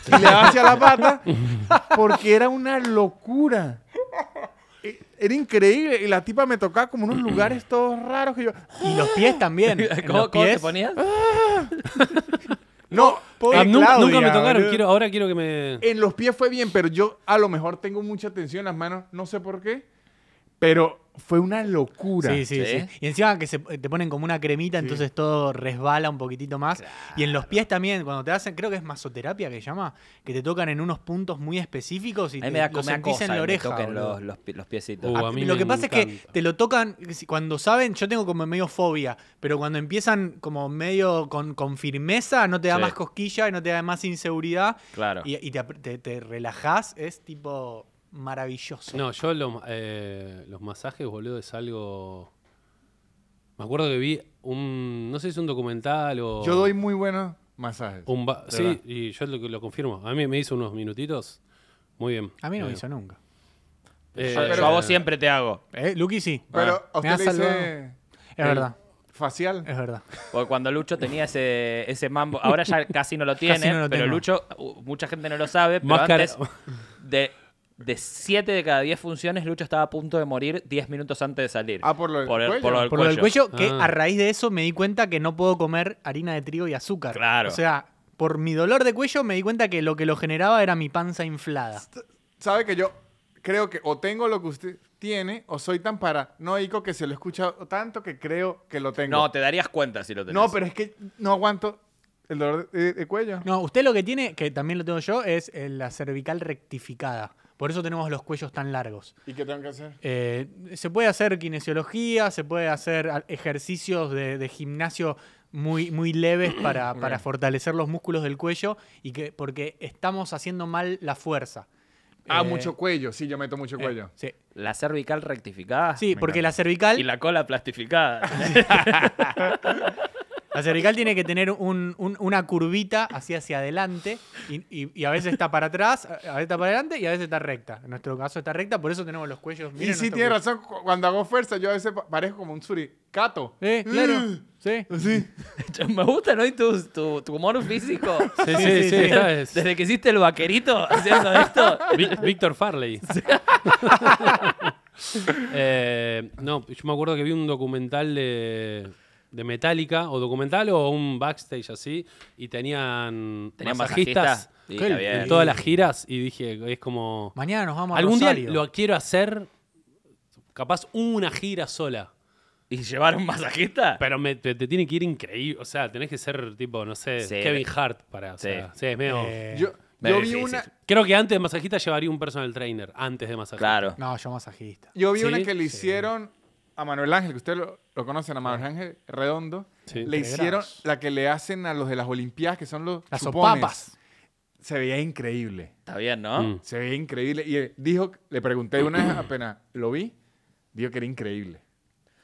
Y le daba hacia la pata porque era una locura. E- Era increíble. Y la tipa me tocaba como unos lugares todos raros que yo... Y los pies también. En los ¿Cómo, cómo te pies, ponías? No, pobre Ah, en- nun- nunca, Claudia, me tocaron, boludo. Eh. quiero, ahora quiero que me... en los pies fue bien, pero yo a lo mejor tengo mucha tensión en las manos, no sé por qué, pero fue una locura. Sí, sí, sí, Sí. Y encima que se- te ponen como una cremita, entonces todo resbala un poquitito más. Y en los pies también, cuando te hacen, creo que es masoterapia que llama, que te tocan en unos puntos muy específicos A y mí te me da lo me da sentís cosa en la que me oreja. toquen boludo. los, los, pi- los piecitos. Uh, Ah, a mí lo me que pasa es que encanta. te lo tocan, si- cuando saben, yo tengo como medio fobia, pero cuando empiezan como medio con, con firmeza, no te da Sí. más cosquilla y no te da más inseguridad. Claro. Y, y te, apre- te, te relajás, es tipo maravilloso. No, yo los, eh, los masajes, boludo, es algo Me acuerdo que vi un. No sé si es un documental o. Yo doy muy buenos masajes. un ba- de Sí, verdad. y yo lo, lo confirmo. A mí me hizo unos minutitos. Muy bien. A mí no me Eh, hizo nunca. eh, Yo- yo a vos siempre te hago. Eh, Luqui sí. Pero a Me ha usted le salvado. dice Es verdad, facial. es verdad. Porque cuando Lucho tenía ese, ese mambo, ahora ya casi no lo tiene, Casi no lo pero tengo. Lucho, uh, mucha gente no lo sabe, pero Más cara- antes de, de 7 de cada 10 funciones, Lucho estaba a punto de morir 10 minutos antes de salir. Ah, por lo del el- cuello. Por lo del Por lo del cuello, que Ah. a raíz de eso me di cuenta que no puedo comer harina de trigo y azúcar. Claro. O sea, por mi dolor de cuello me di cuenta que lo que lo generaba era mi panza inflada. Sabe que yo creo que o tengo lo que usted tiene o soy tan paranoico que se lo he escuchado tanto que creo que lo tengo. No, te darías cuenta si lo tenés. No, pero es que no aguanto el dolor de, de cuello. No, usted lo que tiene, que también lo tengo yo, es eh, la cervical rectificada. Por eso tenemos los cuellos tan largos. ¿Y qué tengo que hacer? Eh, se puede hacer kinesiología, se puede hacer a- ejercicios de, de gimnasio muy, muy leves para, para fortalecer los músculos del cuello y que porque estamos haciendo mal la fuerza. Ah, Eh, mucho cuello. Sí, yo meto mucho eh, cuello. sí, La cervical rectificada Sí, me porque encanta. la cervical, Ah, y la... la cola plastificada. cervical tiene que tener un- un- una curvita hacia hacia adelante y, y- y a veces está para atrás, a a veces está para adelante y a veces está recta. En nuestro caso está recta, por eso tenemos los cuellos. Y miren sí, nuestro tiene cuello. razón. cu- Cuando hago fuerza, yo a veces pa- parezco como un suricato. Eh, claro. Mm. Sí. Sí. Yo- Me gusta, ¿no? Y tu, tu, tu humor físico. Sí, sí, sí. sí, sí. esta es- Desde que hiciste el vaquerito haciendo esto. Vic- Víctor Farley. Eh, no, yo me acuerdo que vi un documental de, de Metallica, o documental o un backstage así, y tenían, Tenían masajistas masajistas. Sí, que- está bien. en todas las giras, y dije, es como... Mañana nos vamos a Algún día Rosario. lo quiero hacer, capaz una gira sola. ¿Y llevar un masajista? Pero me- te, te tiene que ir increíble, o sea, tenés que ser tipo, no sé, Sí. Kevin Hart para... o sea, sí, es medio- Eh, Yo, Ve, yo vi sí, sí, una, sí. Creo que antes de masajista llevaría un personal trainer, antes de masajista. Claro. No, yo masajista. Yo vi Sí, una que le hicieron a Manuel Ángel, que ustedes lo, lo conocen, a Manuel Ángel Redondo. Sí. Le Pedras. hicieron la que le hacen a los de las Olimpiadas, que son los Las chupones. sopapas. Se veía increíble. Está bien, ¿no? Mm. Se veía increíble. Y eh, dijo, le pregunté una vez apenas lo vi, dijo que era increíble.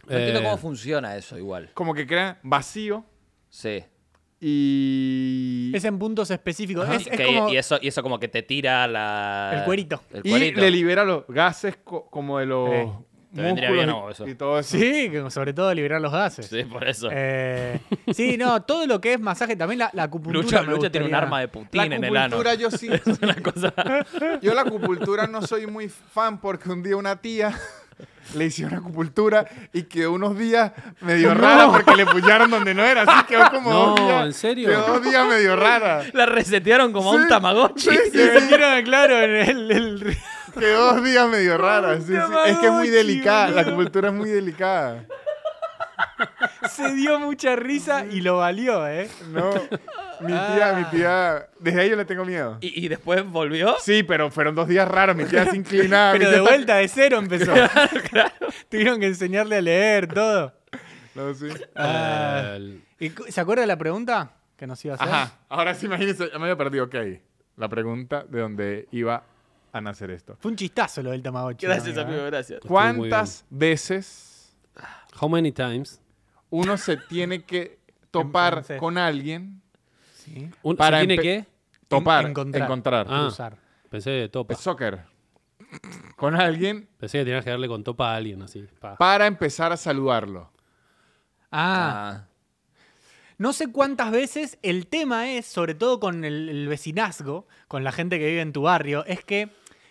No entiendo Eh, cómo funciona eso igual. Como que crea vacío Sí. y. Es en puntos específicos. Es, Y es que- como... y, eso, y eso como que te tira la... El cuerito. El y cuerito. le libera los gases co- como de los. Eh, te vendría bien a vos músculos eso. y, y todo eso. Sí, que sobre todo liberar los gases. Sí, por eso. Eh, sí, no, todo lo que es masaje, también la, la acupuntura. Lucha, me Lucha tiene un gustaría. arma de La Putin en el ano. acupuntura yo sí. Una cosa... Yo la acupuntura no soy muy fan porque un día una tía le hicieron acupuntura y quedó unos días medio rara porque le pullaron donde no era. Así quedó como No, dos días. ¿en serio? Quedó dos días medio rara. La resetearon como a un Sí, Tamagotchi. sí, sí. Le metieron, claro, en el, el- Quedó dos días medio rara. sí, sí. Es que es muy Tamagotchi, delicada. La boludo. acupuntura es muy delicada. Se dio mucha risa y lo valió, ¿eh? No. Mi tía, mi tía. Desde ahí yo le tengo miedo. Y, y después volvió. Sí, pero fueron dos días raros. Mi tía se inclinaba. Pero mi de tía Ah, está- vuelta de cero empezó. Tuvieron que enseñarle a leer todo. No, sí. Ah. El- ¿Y cu- ¿Se acuerda de la pregunta que nos iba a hacer? Ajá. Ahora sí, imagínense. Ya me había perdido. Ok. La pregunta de dónde iba a nacer esto. Fue un chistazo lo del Tamagotchi. Gracias, amigo, amigo, ¿eh? gracias. muy bien. ¿Cuántas veces How many times? uno se tiene que topar francés. con alguien? Sí. Un- Para ¿se tiene empe- que? Topar, En- encontrar. encontrar. Ah. Cruzar. Pensé de topa. Es Soccer. Con alguien Pensé que tenías que darle con topa a alguien así. pa. para empezar a saludarlo. ah. Ah. No sé cuántas veces el tema es, sobre todo con el, el vecinazgo, con la gente que vive en tu barrio, es que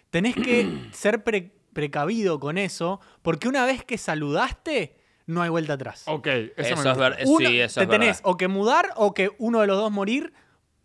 tenés que ser pre- precavido con eso, porque una vez que saludaste, no hay vuelta atrás. Ok, eso, Eso, me es verdad. Uno- Sí, eso te es tenés verdad. o que mudar o que uno de los dos morir,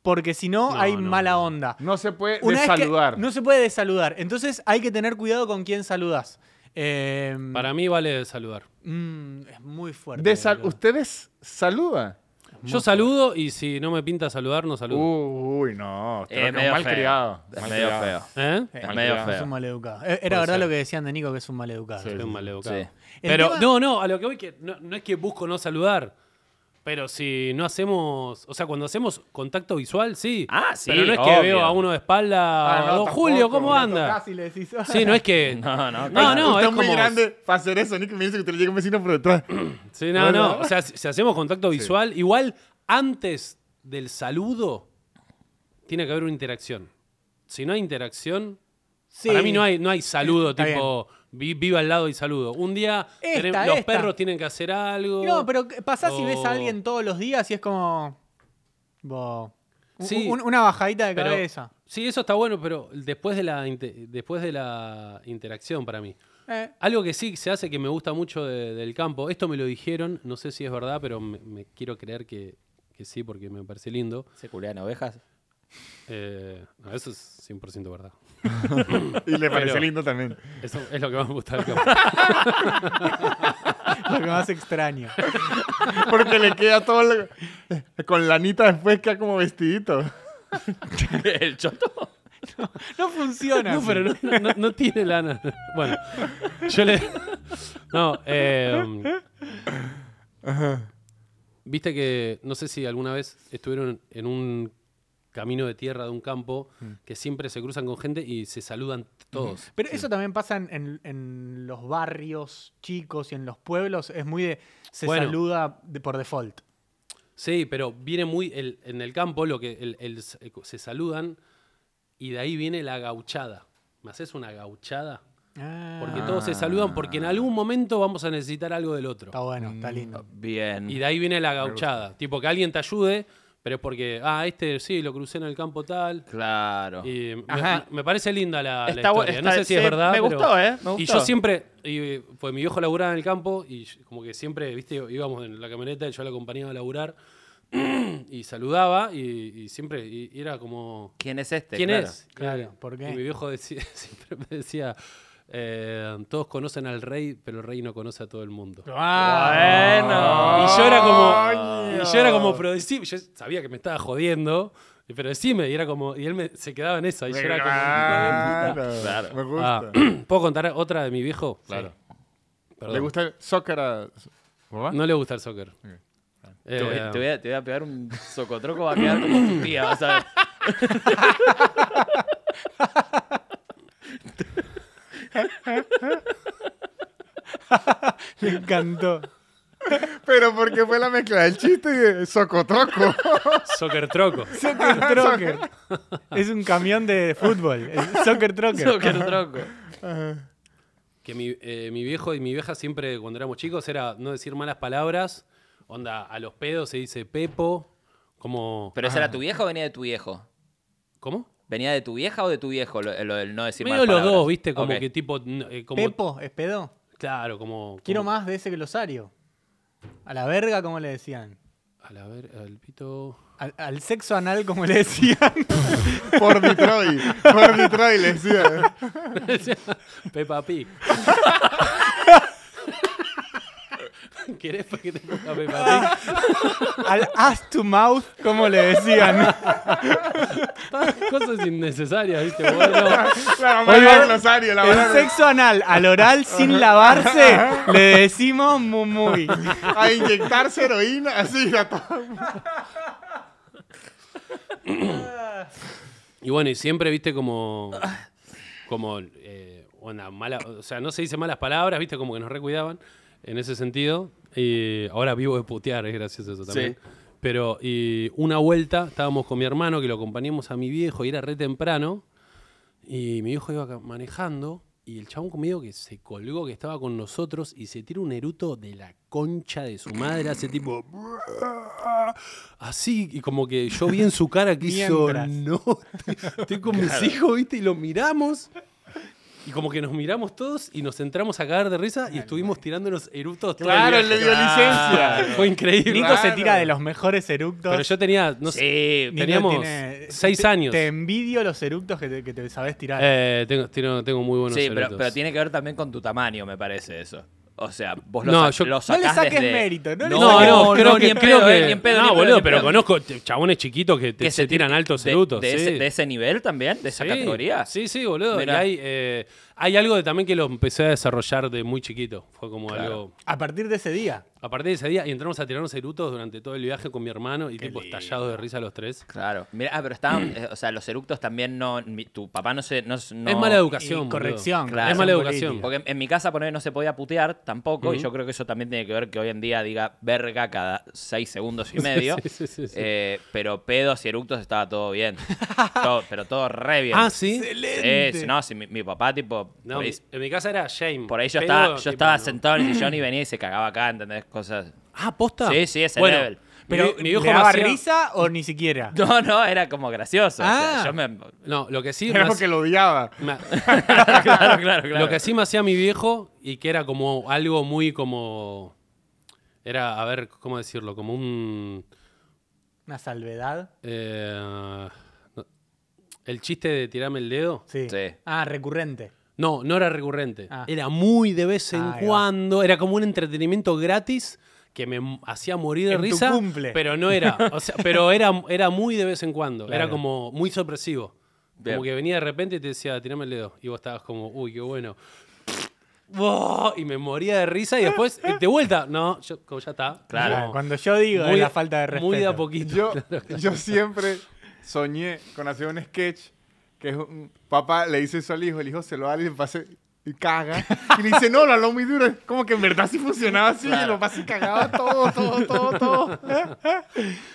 porque si no, No, hay no, mala no. onda. No se puede Una vez que- desaludar. No se puede desaludar. Entonces hay que tener cuidado con quién saludás. Eh, Para mí vale saludar. mm, es muy fuerte. Desal- boludo. ¿Ustedes saludan? Yo saludo y si no me pinta saludar, no Uh. saludo. Uy, no. Eh, usted lo que es medio un feo. malcriado. Es medio Malcriado. feo. ¿Eh? Es medio Malcriado. feo. Ah, Es un maleducado. Eh, Era verdad lo que decían de Nico, que es un maleducado. Soy un maleducado. Sí. El Pero tema- no, no, a lo que voy que no, no es que busco no saludar. Pero si no hacemos, o sea, cuando hacemos contacto visual, sí. Ah, sí, Pero no es que obvio. veo a uno de espalda, Ah, no, "Oh, tampoco, Julio, ¿cómo no anda? Casi le decís. Sí, no es que... No, no, no, claro. no Usted es es muy como- grande para hacer eso. Nick me dice que te le llega un vecino por detrás. Sí, no, no. O sea, si, si hacemos contacto visual, igual antes del saludo tiene que haber una interacción. Si no hay interacción, Sí. para mí no hay, no hay saludo Está tipo vi- viva al lado y saludo. Un día Esta, tenem- los esta. perros tienen que hacer algo. No, pero que- pasás y ves O- a alguien todos los días y es como. bo, un- Sí. un- una bajadita de Pero- cabeza. Sí, eso está bueno, pero después de la, inte- después de la interacción para mí. Eh, Algo que sí se hace que me gusta mucho de- del campo, esto me lo dijeron, no sé si es verdad, pero me, me quiero creer que, que sí, porque me parece lindo. ¿Se culean ovejas? Eh, no, eso es 100% verdad. Y le parece Pero- lindo también. Eso es lo que más me gusta del campo. lo que más extraño. Porque le queda todo. lo- Con lanita después queda como vestidito. ¿El choto? No funciona. No, así. pero no, no- no tiene lana. Bueno, yo le. No, eh. Viste que, no sé si alguna vez estuvieron en un camino de tierra de un campo que siempre se cruzan con gente y se saludan todos. Pero eso también pasa en, en- en los barrios chicos y en los pueblos. Es muy de. Se Bueno. saluda de- por default. Sí, pero viene muy. el- en el campo, lo que el- el- se saludan y de ahí viene la gauchada. ¿Me haces una gauchada? Porque todos se saludan porque en algún momento vamos a necesitar algo del otro. Está bueno, está Mm. lindo. Bien. Y de ahí viene la gauchada. Tipo, que alguien te ayude, pero es porque, ah, este sí, lo crucé en el campo tal. Claro. Y me, Ajá. me parece linda la, la Está bu- historia. está- no sé si es sí, verdad. me pero- gustó, ¿eh? Me Y gustó. yo siempre, y, pues mi viejo laburaba en el campo y yo- como que siempre, viste, íbamos en la camioneta y yo la acompañaba a laburar y saludaba y, y siempre y- y era como... ¿Quién es este? ¿Quién Claro. es? Claro, Claro. ¿por qué? Y mi viejo decía- siempre me decía, eh, todos conocen al rey, pero el rey no conoce a todo el mundo. Bueno. Y yo era como. Coño. Y yo era como, pero decime, yo sabía que me estaba jodiendo. y- Pero decime, y era como. Y él me- se quedaba en esa. Y yo era como. hijo de puta. Claro, Claro. Ah, Me gusta. Ah, ¿Puedo contar otra de mi viejo? Claro. Perdón. ¿Le gusta el soccer a. ¿Boba? No le gusta el soccer. Te, voy, Eh, te voy a, te voy a pegar un socotroco, va a quedar como tu tía, vas a ver. Le encantó. Pero porque fue la mezcla del chiste y de socotroco. Soccer troco. Soccer Trocker. es un camión de fútbol. Es Soccer Trocker. Socotroco. Que mi, eh, mi viejo y mi vieja siempre, cuando éramos chicos, era no decir malas palabras. Onda, a los pedos se dice Pepo. Como. ¿Pero esa era tu vieja o venía de tu viejo? ¿Cómo? ¿Venía de tu vieja o de tu viejo lo, lo del no decir Medio los malas palabras? dos, viste, como Ok. que tipo. n- eh, como, Pepo, ¿es pedo? Claro, como. Quiero como- más de ese glosario. A la verga, como le decían. A la ver, al pito. Al, al sexo anal, como le decían. Por Detroit. Por Detroit, le decía. Peppa Pig. ¿Querés pa' que te ponga Peppa Al ass to mouth, como le decían. Pig? Cosas innecesarias, ¿viste? Bueno, La mamá del glosario, la El mamá del- sexo anal al oral sin lavarse, le decimos muy. A inyectarse heroína, así, a todo. y bueno, y siempre, ¿viste? Como. Como. eh, una mala, o sea, no se dice malas palabras, ¿viste? Como que nos recuidaban en ese sentido. Y ahora vivo de putear, es gracioso eso también. Pero, y una vuelta, estábamos con mi hermano, que lo acompañamos a mi viejo, y era re temprano. Y mi hijo iba ca- manejando y el chabón conmigo que se colgó, que estaba con nosotros y se tira un eruto de la concha de su madre, hace tipo... Así, y como que yo vi en su cara que hizo... Mientras. No, estoy con mis hijos, viste, y lo miramos. Y como que nos miramos todos y nos entramos a cagar de risa y estuvimos tirándonos erutos todo el Claro, él viaje. le dio licencia. Fue increíble. Nico se tira de los mejores eructos. Pero yo tenía, no sé, Sí, Nico teníamos tiene- seis te- años. Te envidio los eructos que te, que te sabes tirar. eh, tengo, tengo- tengo muy buenos sí pero, eructos. pero tiene que ver también con tu tamaño, me parece eso. O sea, vos lo, No, sa- yo- lo No le sacás saques desde- mérito, no le No, saques- no, creo ni que, en creo pedo, que- eh, ni en pedo, no, ni en pedo, ni boludo, en pero pedo. conozco ch- chabones chiquitos que, te- Que se tira- tiran altos de- erutos. De, sí. ese, de ese nivel también, de esa Sí, categoría. Sí, sí, boludo. Y Mirá. hay, eh, hay algo de, también que lo empecé a desarrollar de muy chiquito. Fue como Claro. algo. A partir de ese día. A A partir de ese día, y entramos a tirarnos erutos durante todo el viaje con mi hermano y tipo lindo. estallados de risa los tres. Claro. Mira, ah, pero estaban. eh, o sea, los eructos también no. mi- tu papá no se. No, no- Es mala Y educación. boludo. corrección. Claro. Es mala política. educación. Porque en, en mi casa, poner no se podía putear tampoco. Y yo creo que eso también tiene que ver que hoy en día diga verga cada seis segundos y medio. sí, sí, sí, sí. Eh, pero pedos y eructos estaba todo bien. Todo- pero todo re bien. Ah, sí. Sí, sí, no, sí, mi, mi papá, tipo. No, por, ahí, en mi casa era shame. por ahí yo Pedo, estaba, yo tipo, estaba no. sentado en el sillón y venía y se cagaba acá, ¿entendés? Cosas. Ah, posta. Sí, sí, ese level. Pero, mi, mi viejo ¿le me daba hacía- risa o ni siquiera? No, no, era como gracioso. o sea, Ah. yo me. No, lo que sí. me Era hac- porque lo odiaba. me- claro, claro, claro. Lo que sí me hacía mi viejo y que era como algo muy como. Era, a ver, ¿cómo decirlo? Como un. ¿Una salvedad? eh, no- el chiste de tirarme el dedo. Sí. Sí. Ah, recurrente. No, no era recurrente. Ah. Era muy de vez en Ahí va. cuando. Era como un entretenimiento gratis que me m- hacía morir de En tu risa. cumple. Pero no era. O sea, pero era, era muy de vez en cuando. Era Claro. como muy sorpresivo. Bien. Como que venía de repente y te decía, tirame el dedo. Y vos estabas como, uy, qué bueno. Buah, Y me moría de risa y después, eh, de vuelta. No, yo, como ya está. Claro. Como Cuando yo digo es la falta de respeto. Muy de a poquito. Yo, yo siempre soñé con hacer un sketch que es un papá le dice eso al hijo, el hijo se lo da y le pasa y caga. Y le dice, no, lo habló muy duro. Es Como que en verdad sí funcionaba así y Claro. lo pasa y cagaba todo, todo, todo, todo.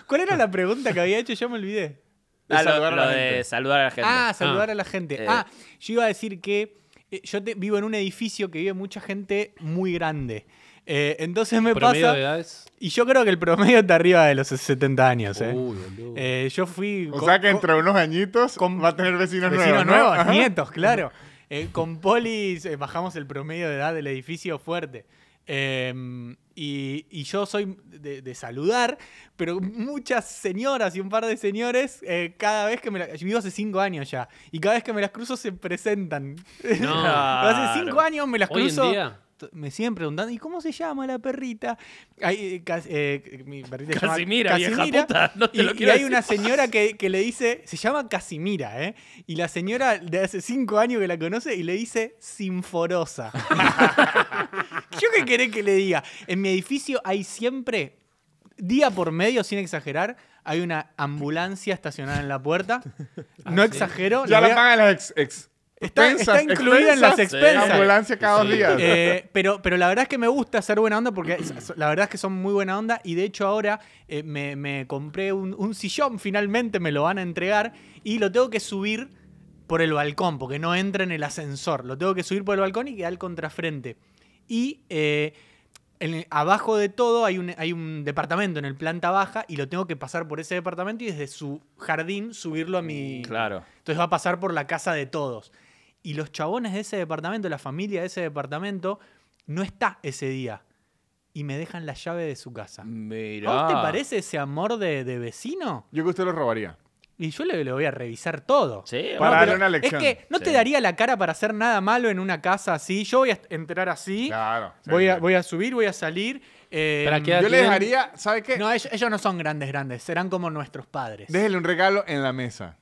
¿Cuál era la pregunta que había hecho? Yo me olvidé. de Ah, lo, saludar a lo la de gente. saludar a la gente. Ah, saludar Ah. a la gente. Eh. Ah, yo iba a decir que eh, yo te- vivo en un edificio que vive mucha gente muy grande. Eh, entonces me Promedio pasa... de edades. Y yo creo que el promedio está arriba de los 70 años. Eh. Uy, boludo. Eh, yo fui... O con- sea que con- entre unos añitos va a tener vecinos, Vecinos nuevos. ¿no? nuevos, Ajá. nietos, claro. Eh, con Polis eh, bajamos el promedio de edad del edificio fuerte. Eh, y, y yo soy de, de saludar, pero muchas señoras y un par de señores, eh, cada vez que me las. Vivo hace cinco años ya, y cada vez que me las cruzo se presentan. No. hace cinco años me las Hoy cruzo. en día. t- Me siguen preguntando, ¿y cómo se llama la perrita? Ay, eh, Cas- eh, mi perrita se llama Casimira, vieja Casimira puta, no te y, lo y quiero hay decir. una señora que, que le dice, se llama Casimira, ¿eh? Y la señora de hace cinco años que la conoce y le dice Sinforosa. ¿Yo qué querés que le diga? En mi edificio hay siempre, día por medio, sin exagerar, hay una ambulancia estacionada en la puerta. Ah, No exagero. Ya la voy la a- pagan las ex, ex- Está- está expensas, incluida en las expensas. La ambulancia cada dos Sí. días. Eh, pero, pero la verdad es que me gusta hacer buena onda porque es- so- la verdad es que son muy buena onda y de hecho ahora eh, me, me compré un, un sillón, finalmente me lo van a entregar y lo tengo que subir por el balcón porque no entra en el ascensor. Lo tengo que subir por el balcón y quedar al contrafrente. Y eh, en- abajo de todo hay un, hay un departamento en el planta baja y lo tengo que pasar por ese departamento y desde su jardín subirlo a mi, Claro. entonces va a pasar por la casa de todos. Y los chabones de ese departamento, la familia de ese departamento, no está ese día. Y me dejan la llave de su casa. Mira. ¿A vos te parece ese amor de, de vecino? Yo que usted lo robaría. Y yo le, le voy a revisar todo. Sí, Para no, darle pero- una Es lección. que no te Sí. daría la cara para hacer nada malo en una casa así. Yo voy a entrar así. Claro. sí, voy, a, sí. voy a subir, voy a salir. eh, Para que- Yo le tienen- dejaría, ¿sabe qué? No, ellos, ellos no son grandes, grandes. Serán como nuestros padres. Déjele un regalo en la mesa.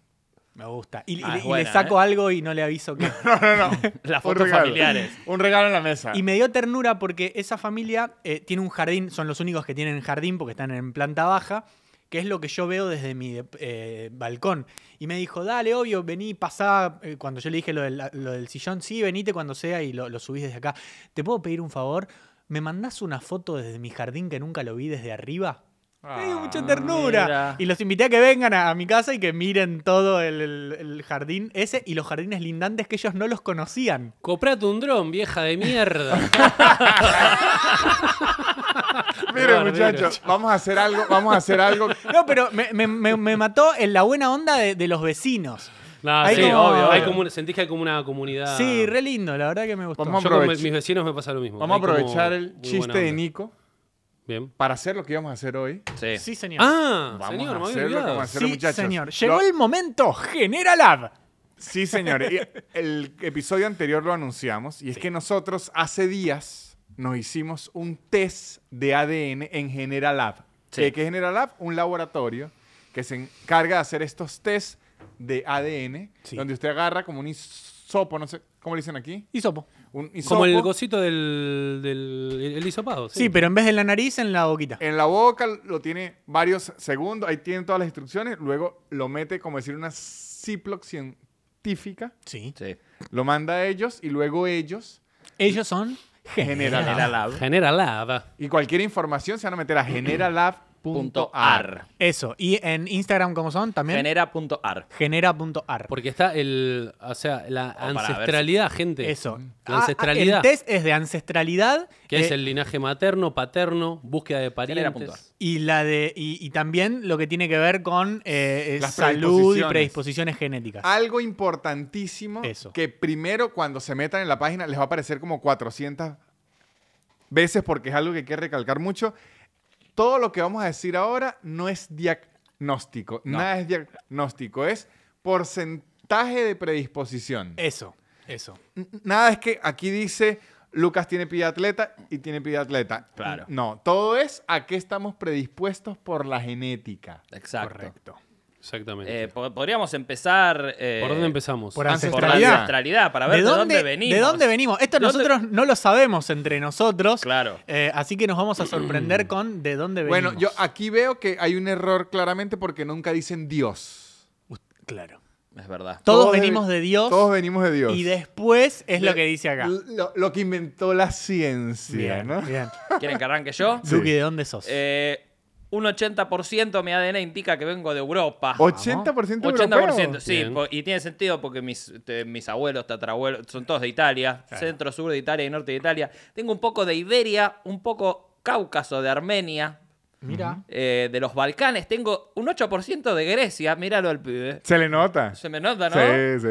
Me gusta. Y, y- Ah, es y buena, le saco algo y no le aviso que... No, no, no. Las Un fotos regalo. familiares. Un regalo en la mesa. Y me dio ternura porque esa familia eh, tiene un jardín, son los únicos que tienen jardín porque están en planta baja, que es lo que yo veo desde mi eh, balcón. Y me dijo, dale, obvio, vení, pasá. eh, cuando yo le dije lo del, lo del sillón, sí, venite cuando sea y lo, lo subís desde acá. ¿Te puedo pedir un favor? ¿Me mandás una foto desde mi jardín que nunca lo vi desde arriba? Ah. Me dio mucha ternura. mira. Y los invité a que vengan a, a mi casa y que miren todo el- el- el jardín ese y los jardines lindantes que ellos no los conocían. Comprate un dron, vieja de mierda. Mire, Bárbaro. muchachos, vamos a hacer algo, vamos a hacer algo. No, pero me, me- me- me mató en la buena onda de, de los vecinos. No, Hay sí, como- obvio. Hay obvio. como, un- sentís que hay como una comunidad. Sí, re lindo, la verdad que me gustó. Pues Vamos Yo con Aprovech- mis vecinos me pasa lo mismo. Vamos a Hay como aprovechar muy el buena chiste de onda. Nico Bien. para hacer lo que íbamos a hacer hoy. Sí. Sí, señor. Ah, Vamos señor, a me había hacer lo que olvidado. vamos a hacer. sí, muchachos. señor. Lo- Llegó el momento. Genera Lab. Sí, señores. Y El episodio anterior lo anunciamos y es que nosotros hace días nos hicimos un test de ADN en General Lab. Sí. ¿Qué- ¿Qué es General Lab? Un laboratorio que se encarga de hacer estos tests de ADN Sí. donde usted agarra como un ins- sopo, no sé, ¿cómo le dicen aquí? Y sopo. Un Como el hisopo. cosito del, del el, el hisopado. Sí, pero en vez de en la nariz, en la boquita. En la boca lo tiene varios segundos, ahí tienen todas las instrucciones, luego lo mete como decir una Ziploc científica, Sí. Sí. lo manda a ellos y luego ellos Ellos son generan Era la Genera lava. Y cualquier información se van a meter a generalab.ar. .ar. eso. Y en Instagram, ¿cómo son? También Genera.ar. genera.ar. Porque está el. O sea, la para ver si- ancestralidad, gente. Eso. La Ah, ah, ancestralidad. el test es de ancestralidad. que es eh, el linaje materno, paterno, búsqueda de Genera parientes. Y, la de, y, y también lo que tiene que ver con eh, eh, Las salud y predisposiciones. Ah. predisposiciones genéticas. Algo importantísimo Eso. que primero cuando se metan en la página les va a aparecer como 400 veces porque es algo que hay que recalcar mucho. Todo lo que vamos a decir ahora no es diagnóstico. Nada es diagnóstico. Es porcentaje de predisposición. Eh. Eso, eso. N- Nada es que aquí dice Lucas tiene pie de atleta y tiene pie de atleta. Claro. No, todo es a qué estamos predispuestos por la genética. Exacto. Exactamente. Eh, po- podríamos empezar. eh, ¿Por dónde empezamos? por por la Ancestralidad. ancestralidad, para ver de dónde, venimos. ¿De dónde venimos? Esto ¿De dónde- nosotros no lo sabemos entre nosotros. Claro. Eh, así que nos vamos a sorprender con de dónde venimos. Bueno, yo aquí veo que hay un error claramente porque nunca dicen Dios. Claro. Es verdad. Todos, ve- venimos de Dios. Todos venimos de Dios. Y después es lo De- que dice acá. Lo, lo que inventó la ciencia, bien, ¿no? bien. ¿Quieren que arranque yo? Duki, ¿de dónde sos? Eh, un 80% mi ADN indica que vengo de Europa. 80% europeo. sí. Bien. po- y tiene sentido porque mis, te- mis abuelos, tatarabuelos, son todos de Italia, centro, sur de Italia y norte de Italia. Tengo un poco de Iberia, un poco Cáucaso de Armenia, Mira. eh, de los Balcanes. Tengo un 8% de Grecia, míralo al pibe. Se le nota. Se me nota, ¿no? Sí,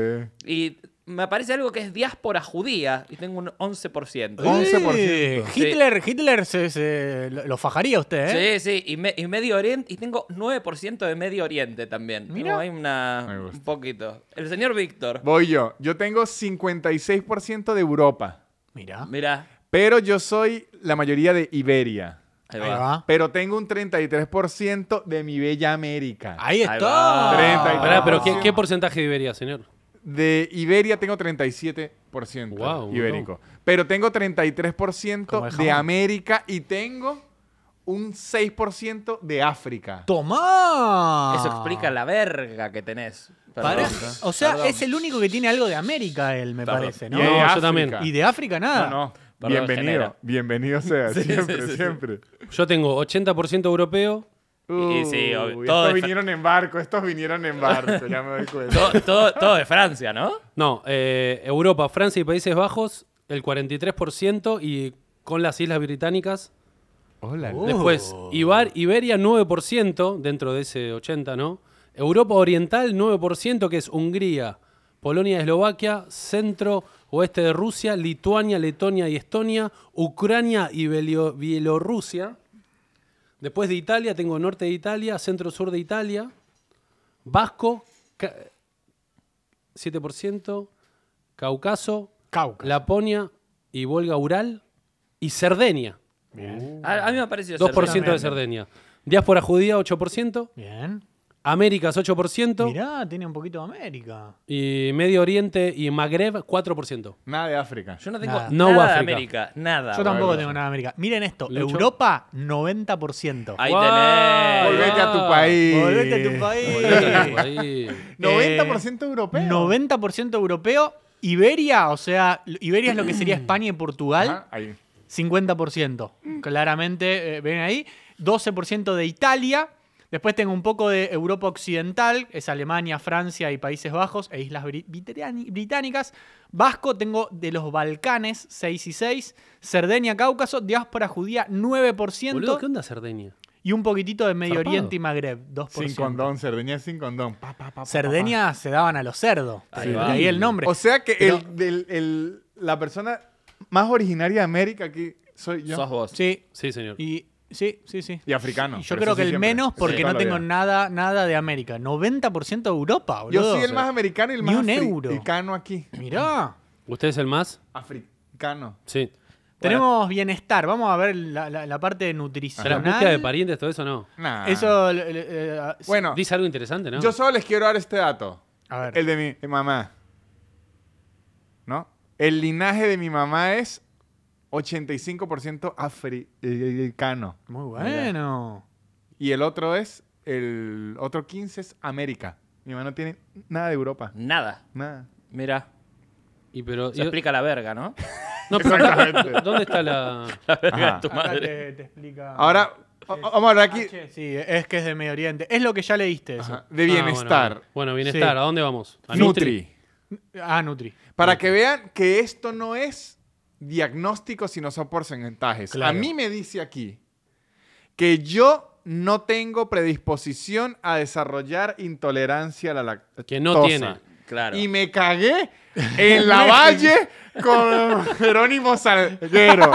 sí. Y me aparece algo que es diáspora judía y tengo un 11%. ¿Eh? 11%. Hitler, Hitler se, se- lo lo fajaría usted, ¿eh? Sí, sí, y, me- y Medio Oriente, y tengo 9% de Medio Oriente también. Mira. Como hay una, Me gusta. un poquito. El señor Víctor, Voy yo. Yo tengo 56% de Europa, Mira. mira, pero yo soy la mayoría de Iberia. ahí Ahí va. va. Pero tengo un 33% de mi bella América. Ahí Ahí está. va. Treinta y- Pará, pero ¿qué, Ah. qué porcentaje viviría, señor? De Iberia tengo 37% Guau, un ibérico. Pero tengo Como el 33% de jamón. América y tengo un 6% de África. Tomá. Eso explica la verga que tenés. Perdón. Ah. Pará, O sea, Perdón. es el único que tiene algo de América, él, me Perdón. parece, Y ¿no? de yo África. también. Y de África nada. No, no. Perdón, bienvenido. genera. Bienvenido sea. siempre, sí, sí. siempre. Yo tengo 80% europeo, Y- y sí, obvio. Uy, Todo es- estos vinieron en barco, estos vinieron en barco, ya me doy cuenta. Todo, todo- todo de Francia, ¿no? No, eh, Europa, Francia y Países Bajos, el 43% y con las Islas Británicas. Hola. Uh. Después, Ibar- Iberia, 9% dentro de ese 80, ¿no? Europa Oriental, 9%, que es Hungría, Polonia, Eslovaquia, centro, oeste de Rusia, Lituania, Letonia y Estonia, Ucrania y Belio- Bielorrusia. Después de Italia, tengo norte de Italia, centro, sur de Italia, Vasco, ca- 7%, Cáucaso, Cauca. Laponia y Volga Ural y Cerdeña. A, a mí me ha parecido 2% de Cerdeña. Cerdeña. Diáspora judía, 8%. Bien. Américas, 8%. Mirá, tiene un poquito de América. Y Medio Oriente y Magreb, 4%. Nada de África. Yo no tengo Nada. nada, No, de África. América. Nada. Yo tampoco bueno. tengo nada de América. Miren esto, Lucho. Europa 90%. Ahí Guau, tenés. Volvete a tu país. Volvete a tu país. Eh, Ahí. 90% Eh, europeo. 90% europeo, Iberia, o sea, Iberia es lo que sería España y Portugal, Ajá, ahí. 50%. Claramente, eh, ven ahí, 12% de Italia. Después tengo un poco de Europa Occidental, es Alemania, Francia y Países Bajos e Islas Bri- Británi- Británicas. Vasco tengo de los Balcanes, 6 y 6. Cerdeña, Cáucaso, diáspora judía, 9%. Boludo, ¿qué onda Cerdeña? Y un poquitito de Medio Zarpado. Oriente y Magreb, 2%. Sin condón, Cerdeña sin condón. Pa, pa, pa, pa, Cerdeña se daban a los cerdos. Ahí de va. ahí el nombre. O sea que Pero- el, del- el- la persona más originaria de América aquí soy yo. Sos vos. sí, Sí, señor. y, sí, sí, sí. Y africano. Y yo pero creo eso que sí el siempre. menos Sí, porque toda no la tengo vida. nada, nada de América. 90% de Europa, boludo. Yo soy el más americano y el Ni más un euro. africano aquí. Mirá. ¿Usted es el más? Africano. Sí. Tenemos bienestar. Vamos a ver la, la- la parte ¿Para nutricional. Ah. búsqueda de parientes, todo eso no? Nah. Eso. le- le- eh, Bueno, Dice algo interesante, ¿no? yo solo les quiero dar este dato. a ver. El de mi mamá. ¿no? El linaje de mi mamá es 85% africano. Muy bueno. Y el otro es, el otro 15 es América. Mi mamá no tiene nada de Europa. Nada. Nada. Mira, Y pero, se y- explica la verga, ¿no? no, pero- Exactamente. ¿Dónde está la...? Ah, La verga Ajá. de tu Acá madre. te, te explica. Ahora, o- o- vamos a hablar aquí Ah, che, sí, es que es de Medio Oriente. Es lo que ya leíste eso. ajá, de Ah, bueno, bienestar. bueno, bueno, bienestar. Sí. ¿A dónde vamos? ¿A Nutri. Ah, Nutri. Para que vean que esto no es diagnóstico, sino son porcentajes. A Claro. mí me dice aquí que yo no tengo predisposición a desarrollar intolerancia a la lactosa. Que no tiene. Claro. Y me cagué en la valle con Jerónimo Salguero.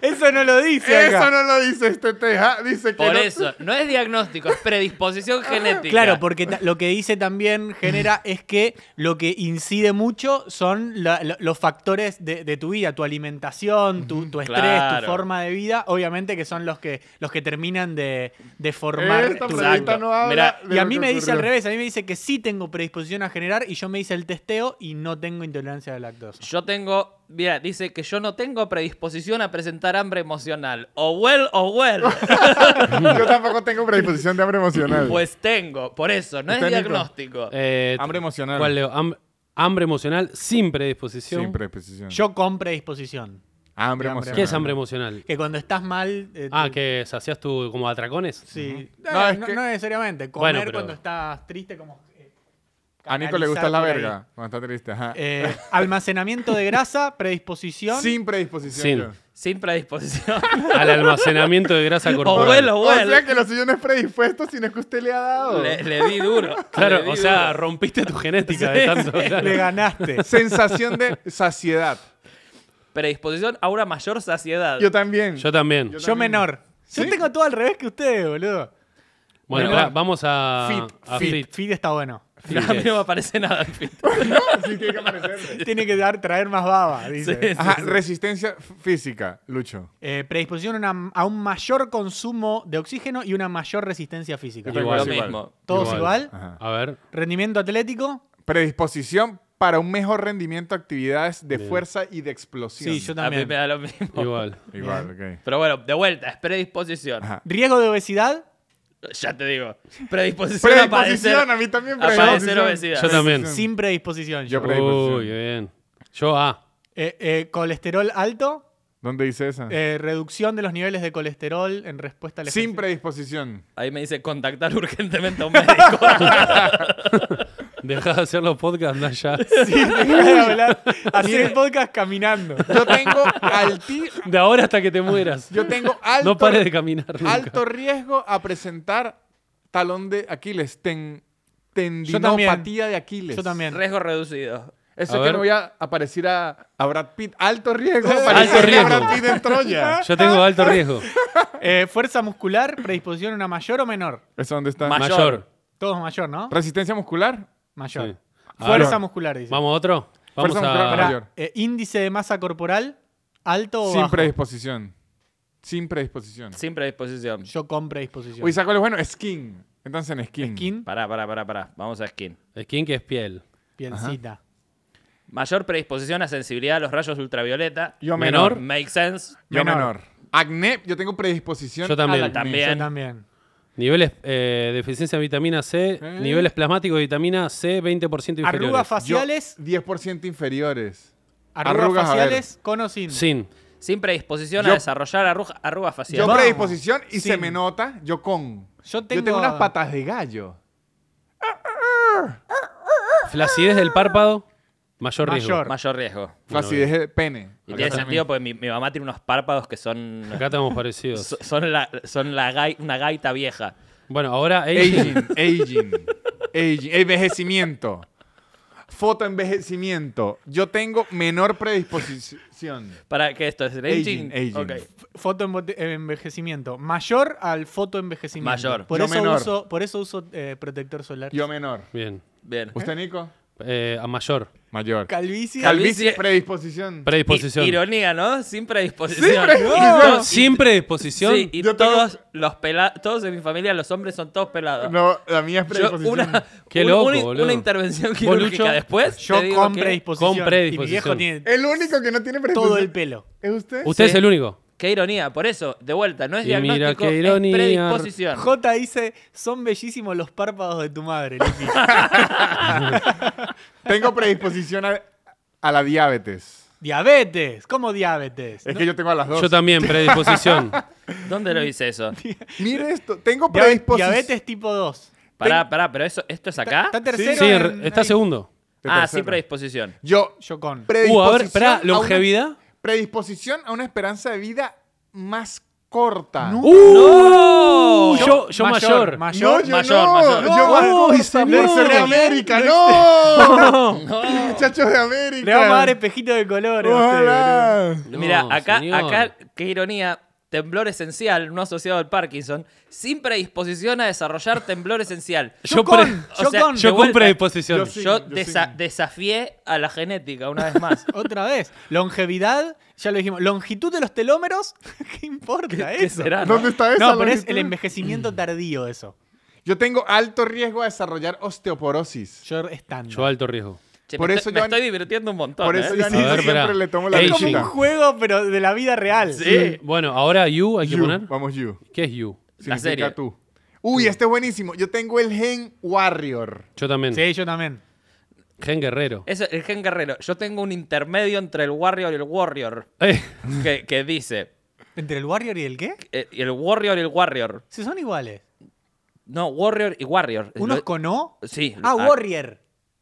Eso no lo dice. Eso no lo dice este teja. Dice que Por no- eso, no es diagnóstico, es predisposición genética. Claro, porque ta- lo que dice también genera es que lo que incide mucho son la- la- los factores de, de tu vida, tu alimentación, tu, tu estrés, Claro. tu forma de vida, obviamente que son los que, los que terminan de, de formar Esta pregunta tu pregunta Exacto. no habla Mirá, de Y a lo mí que me dice al ocurrió. revés, a mí me dice que sí tengo predisposición a generar y yo me hice el testeo y no tengo intolerancia a la lactosa. Yo tengo, mira, dice que yo no tengo predisposición a presentar hambre emocional. O well, o well. Yo tampoco tengo predisposición de hambre emocional. Pues tengo, por eso, no es Está, Nico. diagnóstico. Eh, hambre emocional. ¿Cuál leo? Ham- hambre emocional sin predisposición. Sin predisposición. Yo con predisposición. hambre ¿Qué emocional. ¿Qué es hambre emocional? Que cuando estás mal... eh, Ah, te- que sacias tu como atracones. Sí. Ujú. Eh, No, No, es que- no necesariamente. Comer Bueno, pero- cuando estás triste como... eh, A Nico le canalizar gusta la por ahí. verga. Cuando está triste. Ajá. Eh, almacenamiento de grasa, predisposición. Sin predisposición. Sin. yo. Sin predisposición. Al almacenamiento de grasa Oh, O corporal. bueno, O bueno. sea que lo suyo no es predispuesto, sino que usted le ha dado. Le, le di duro. le di Claro, o sea, duro. rompiste tu genética de tanto. claro. Le ganaste. Sensación de saciedad. predisposición a una mayor saciedad. Yo también. Yo también. Yo Yo menor. ¿Sí? Yo tengo todo al revés que ustedes, boludo. Bueno, Menor. va- vamos a Fit, a Fit, fit está bueno. Fit, a mí yes. no me aparece nada. en fin. Sí, tiene que aparecerle. Tiene que dar, traer más baba, dice. Sí. Ajá, resistencia f- física, Lucho. Eh, predisposición a, una- a un mayor consumo de oxígeno y una mayor resistencia física. Lo Yo Igual, igual. Ah. mismo. Todos Igual. igual. Ajá. A ver, Rendimiento atlético. Predisposición para un mejor rendimiento, actividades de fuerza y de explosión. Sí, yo A mí también. me da lo Oh. mismo. igual. Igual, ok. Pero bueno, de vuelta, es predisposición. Ajá. Riesgo de obesidad. Ya te digo. Predisposición, a Predisposición, padecer- a mí también a padecer predisposición. obesidad. Yo también. Sí. Sin predisposición. Yo yo. pre- predisposición. Uy, bien. Yo ah, A. Eh, eh, colesterol alto. ¿Dónde dice esa? eh, reducción de los niveles de colesterol en respuesta al Ah. Sin ejercicio. predisposición. Ahí me dice contactar urgentemente a un médico. Dejá de hacer los podcasts, anda ya. Sí, dejá de hablar. Hacer el podcast caminando. Yo tengo alti- De ahora hasta que te mueras. yo tengo alto, No pares de caminar. nunca. alto riesgo a presentar talón de Aquiles, ten- tendinopatía también. de Aquiles. Yo también. Riesgo reducido. Eso A es que ver. no voy a aparecer a, a Brad Pitt. Alto riesgo. Alto parecerle a riesgo. Brad Pitt en Troya. Yo tengo alto riesgo. Eh, fuerza muscular, predisposición una mayor o menor. ¿Eso dónde está? Ma- Mayor. Mayor. Todos mayor, ¿no? ¿Resistencia muscular? Mayor. Sí. A Fuerza ver. muscular, dice. ¿Vamos a otro? Vamos Fuerza muscular Pará, a. mayor. eh, índice de masa corporal, alto o Sin bajo. predisposición. Sin predisposición. Sin predisposición. Yo con predisposición. Uy, ¿sabes cuál es bueno? Skin. Entonces en skin. Skin, Pará, pará, pará, pará. Vamos a skin. Skin que es piel. pielcita. Mayor predisposición a sensibilidad a los rayos ultravioleta. Yo Menor. menor. Make sense. Ah, Yo menor. Menor. Acné, yo tengo predisposición. Yo también. al acné. También. Yo también. Niveles eh, deficiencia de vitamina C, niveles plasmáticos de vitamina C, 20% inferiores. Arrugas Yo, faciales, 10% inferiores. arrugas, Arrugas, a ver. faciales con o sin. Sin. Sin predisposición Yo- a desarrollar arruga- arrugas Yo faciales. Vamos. predisposición y se Sin. me nota. Yo con. Yo Yo tengo, tengo unas patas de gallo. Flacidez del párpado, mayor riesgo. Mayor. Mayor riesgo. Flacidez de pene. Y Acá tiene también. sentido porque mi, mi mamá tiene unos párpados que son. Acá estamos parecidos. so- Son, la, son la gai- una gaita vieja. Bueno, ahora aging. Aging, aging, aging. Envejecimiento. Fotoenvejecimiento. Yo tengo menor predisposición. ¿Para qué esto? ¿Es el aging? Aging, aging. Ok. fotoenvejecimiento. eh, Mayor al fotoenvejecimiento. Mayor. Por, Yo eso menor. uso, por eso uso eh, protector solar. Yo menor. Bien. Bien. ¿Usted, Nico? Eh, a mayor. Mayor. Calvicie. Calvicie. Calvicie. Predisposición. Predisposición. I- ironía, ¿no? Sin predisposición. Sin predisposición. Y- Sin predisposición. Sí, y Yo tengo- todos los pelados, todos en mi familia, los hombres son todos pelados. no, la mía es Yo, predisposición. una, Qué un- loco, una- boludo. una intervención ¿Vos, quirúrgica Lucho? después. te Yo digo con que- predisposición. Con Y mi viejo predisposición. tiene El único que no tiene predisposición. todo el pelo. ¿Es usted? Usted Sí. es el único. Qué ironía, por eso, de vuelta, no es Y mira diagnóstico, qué ironía. es predisposición. J dice, son bellísimos los párpados de tu madre, Luqui". Tengo predisposición a, a la diabetes. diabetes, ¿cómo diabetes? Es No- que yo tengo a las dos. Yo también, predisposición. ¿Dónde lo hice eso? Mire esto. Tengo Diabe- predisposición. diabetes tipo 2. Pará, pará, pero eso, ¿esto es acá? Está sí, tercero. en- re- está ahí. segundo. De Ah, tercera. sí, predisposición. Yo, Yo con. Uh, a ver, predisposición. espera, a una- longevidad. predisposición a una esperanza de vida más corta. ¡Uh! Yo, yo mayor. Mayor. yo mayor, no, mayor. yo más No, corta, señor. por ser de No América, existe. no, muchachos de América. Le vamos a dar espejitos de colores. a usted, boludo. Ojalá. No, Mira, acá, señor. acá, qué ironía, temblor esencial no asociado al Parkinson, sin predisposición a desarrollar temblor esencial. Yo, pre- con, O yo sea, con. yo de con vuelta. predisposición. Yo sí. Yo yo desa- sí. desafié a la genética una vez más. Otra vez. Longevidad, ya lo dijimos. Longitud de los telómeros, ¿qué importa ¿Qué eso? será? ¿Dónde está esa? No, pero es longitud? el envejecimiento tardío eso. Yo tengo alto riesgo a desarrollar osteoporosis. Yo estando. Yo alto riesgo. Che, Por me, eso estoy, yo me an- estoy divirtiendo un montón. Por ¿eh? eso yo a A Nico ver, siempre pará. le tomo la Ey, es como un chica. luchita. juego, pero de la vida real. Sí. Bueno, ahora you hay que You, poner. Vamos, you. ¿Qué es you? La Significa serie. tú. Uy, este es buenísimo. Yo tengo el gen warrior. Yo también. Sí, yo también. Gen Guerrero. Eso, el gen guerrero. Yo tengo un intermedio entre el warrior y el warrior Eh, que, que dice. ¿Entre el Warrior y el qué? eh, El warrior y el warrior. Si son iguales. No, warrior y warrior. Unos Eh, Lo- con O. Sí. Ah, lo- Warrior.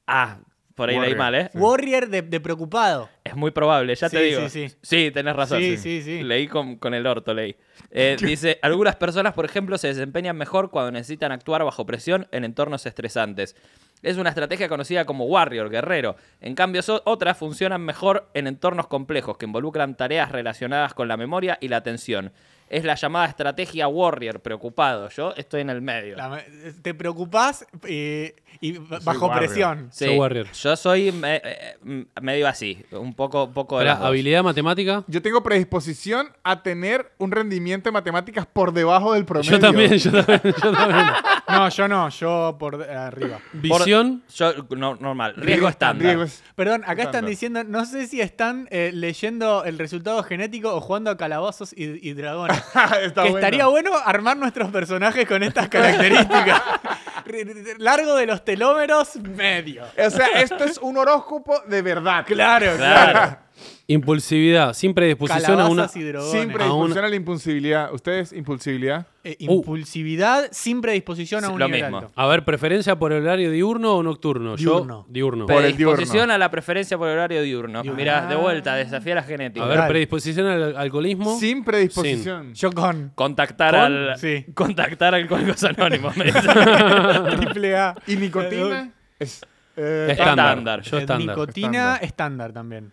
Ah, por ahí leí Warrior. mal, ¿eh? Warrior de, de preocupado. Es muy probable, ya te Sí, digo. sí, sí. tenés razón. Sí, sí, sí. Leí con, con el orto, leí. Eh, dice, algunas personas, por ejemplo, se desempeñan mejor cuando necesitan actuar bajo presión en entornos estresantes. Es una estrategia conocida como warrior, guerrero. En cambio, so- otras funcionan mejor en entornos complejos que involucran tareas relacionadas con la memoria y la atención. Es la llamada estrategia warrior, preocupado. Yo estoy en el medio. La me- Te preocupás eh, y b- Soy bajo Warrior. presión. Sí, Soy warrior. Yo soy me- eh, m- medio así, un poco, poco de pará, las dos. habilidad matemática. Yo tengo predisposición a tener un rendimiento de matemáticas por debajo del promedio. Yo también, yo también, yo también. No, yo no, yo por de- arriba. Por- Visión. yo- no, normal. Riesgo estándar. Riesgo es- Perdón, acá están Estándar. diciendo, no sé si están eh, leyendo el resultado genético o jugando a calabozos y, y dragones. Ah, Está que bueno. estaría bueno armar nuestros personajes con estas características. R- r- Largo de los telómeros, medio. O sea, esto es un horóscopo de verdad. Claro, Claro. Impulsividad. Sin predisposición a una. Calabazas y dragones. Sin A predisposición una- a la impulsibilidad. ¿Ustedes impulsibilidad? Eh, impulsividad sin predisposición a Uh. Sí, un lo nivel mismo. alto. A ver, preferencia por el horario diurno o nocturno. Diurno. Yo, diurno. Por el Predisposición diurno. a la preferencia por horario diurno. Mirá, de vuelta, desafía la genética. A ver, Dale. predisposición al alcoholismo. Sin predisposición. Yo con Contactar ¿Con? al. Sí. Contactar al Código Anónimo. me dice. triple A. ¿Y nicotina? Es, eh, Estándar. Estándar. Eh, Yo estándar. Nicotina estándar también.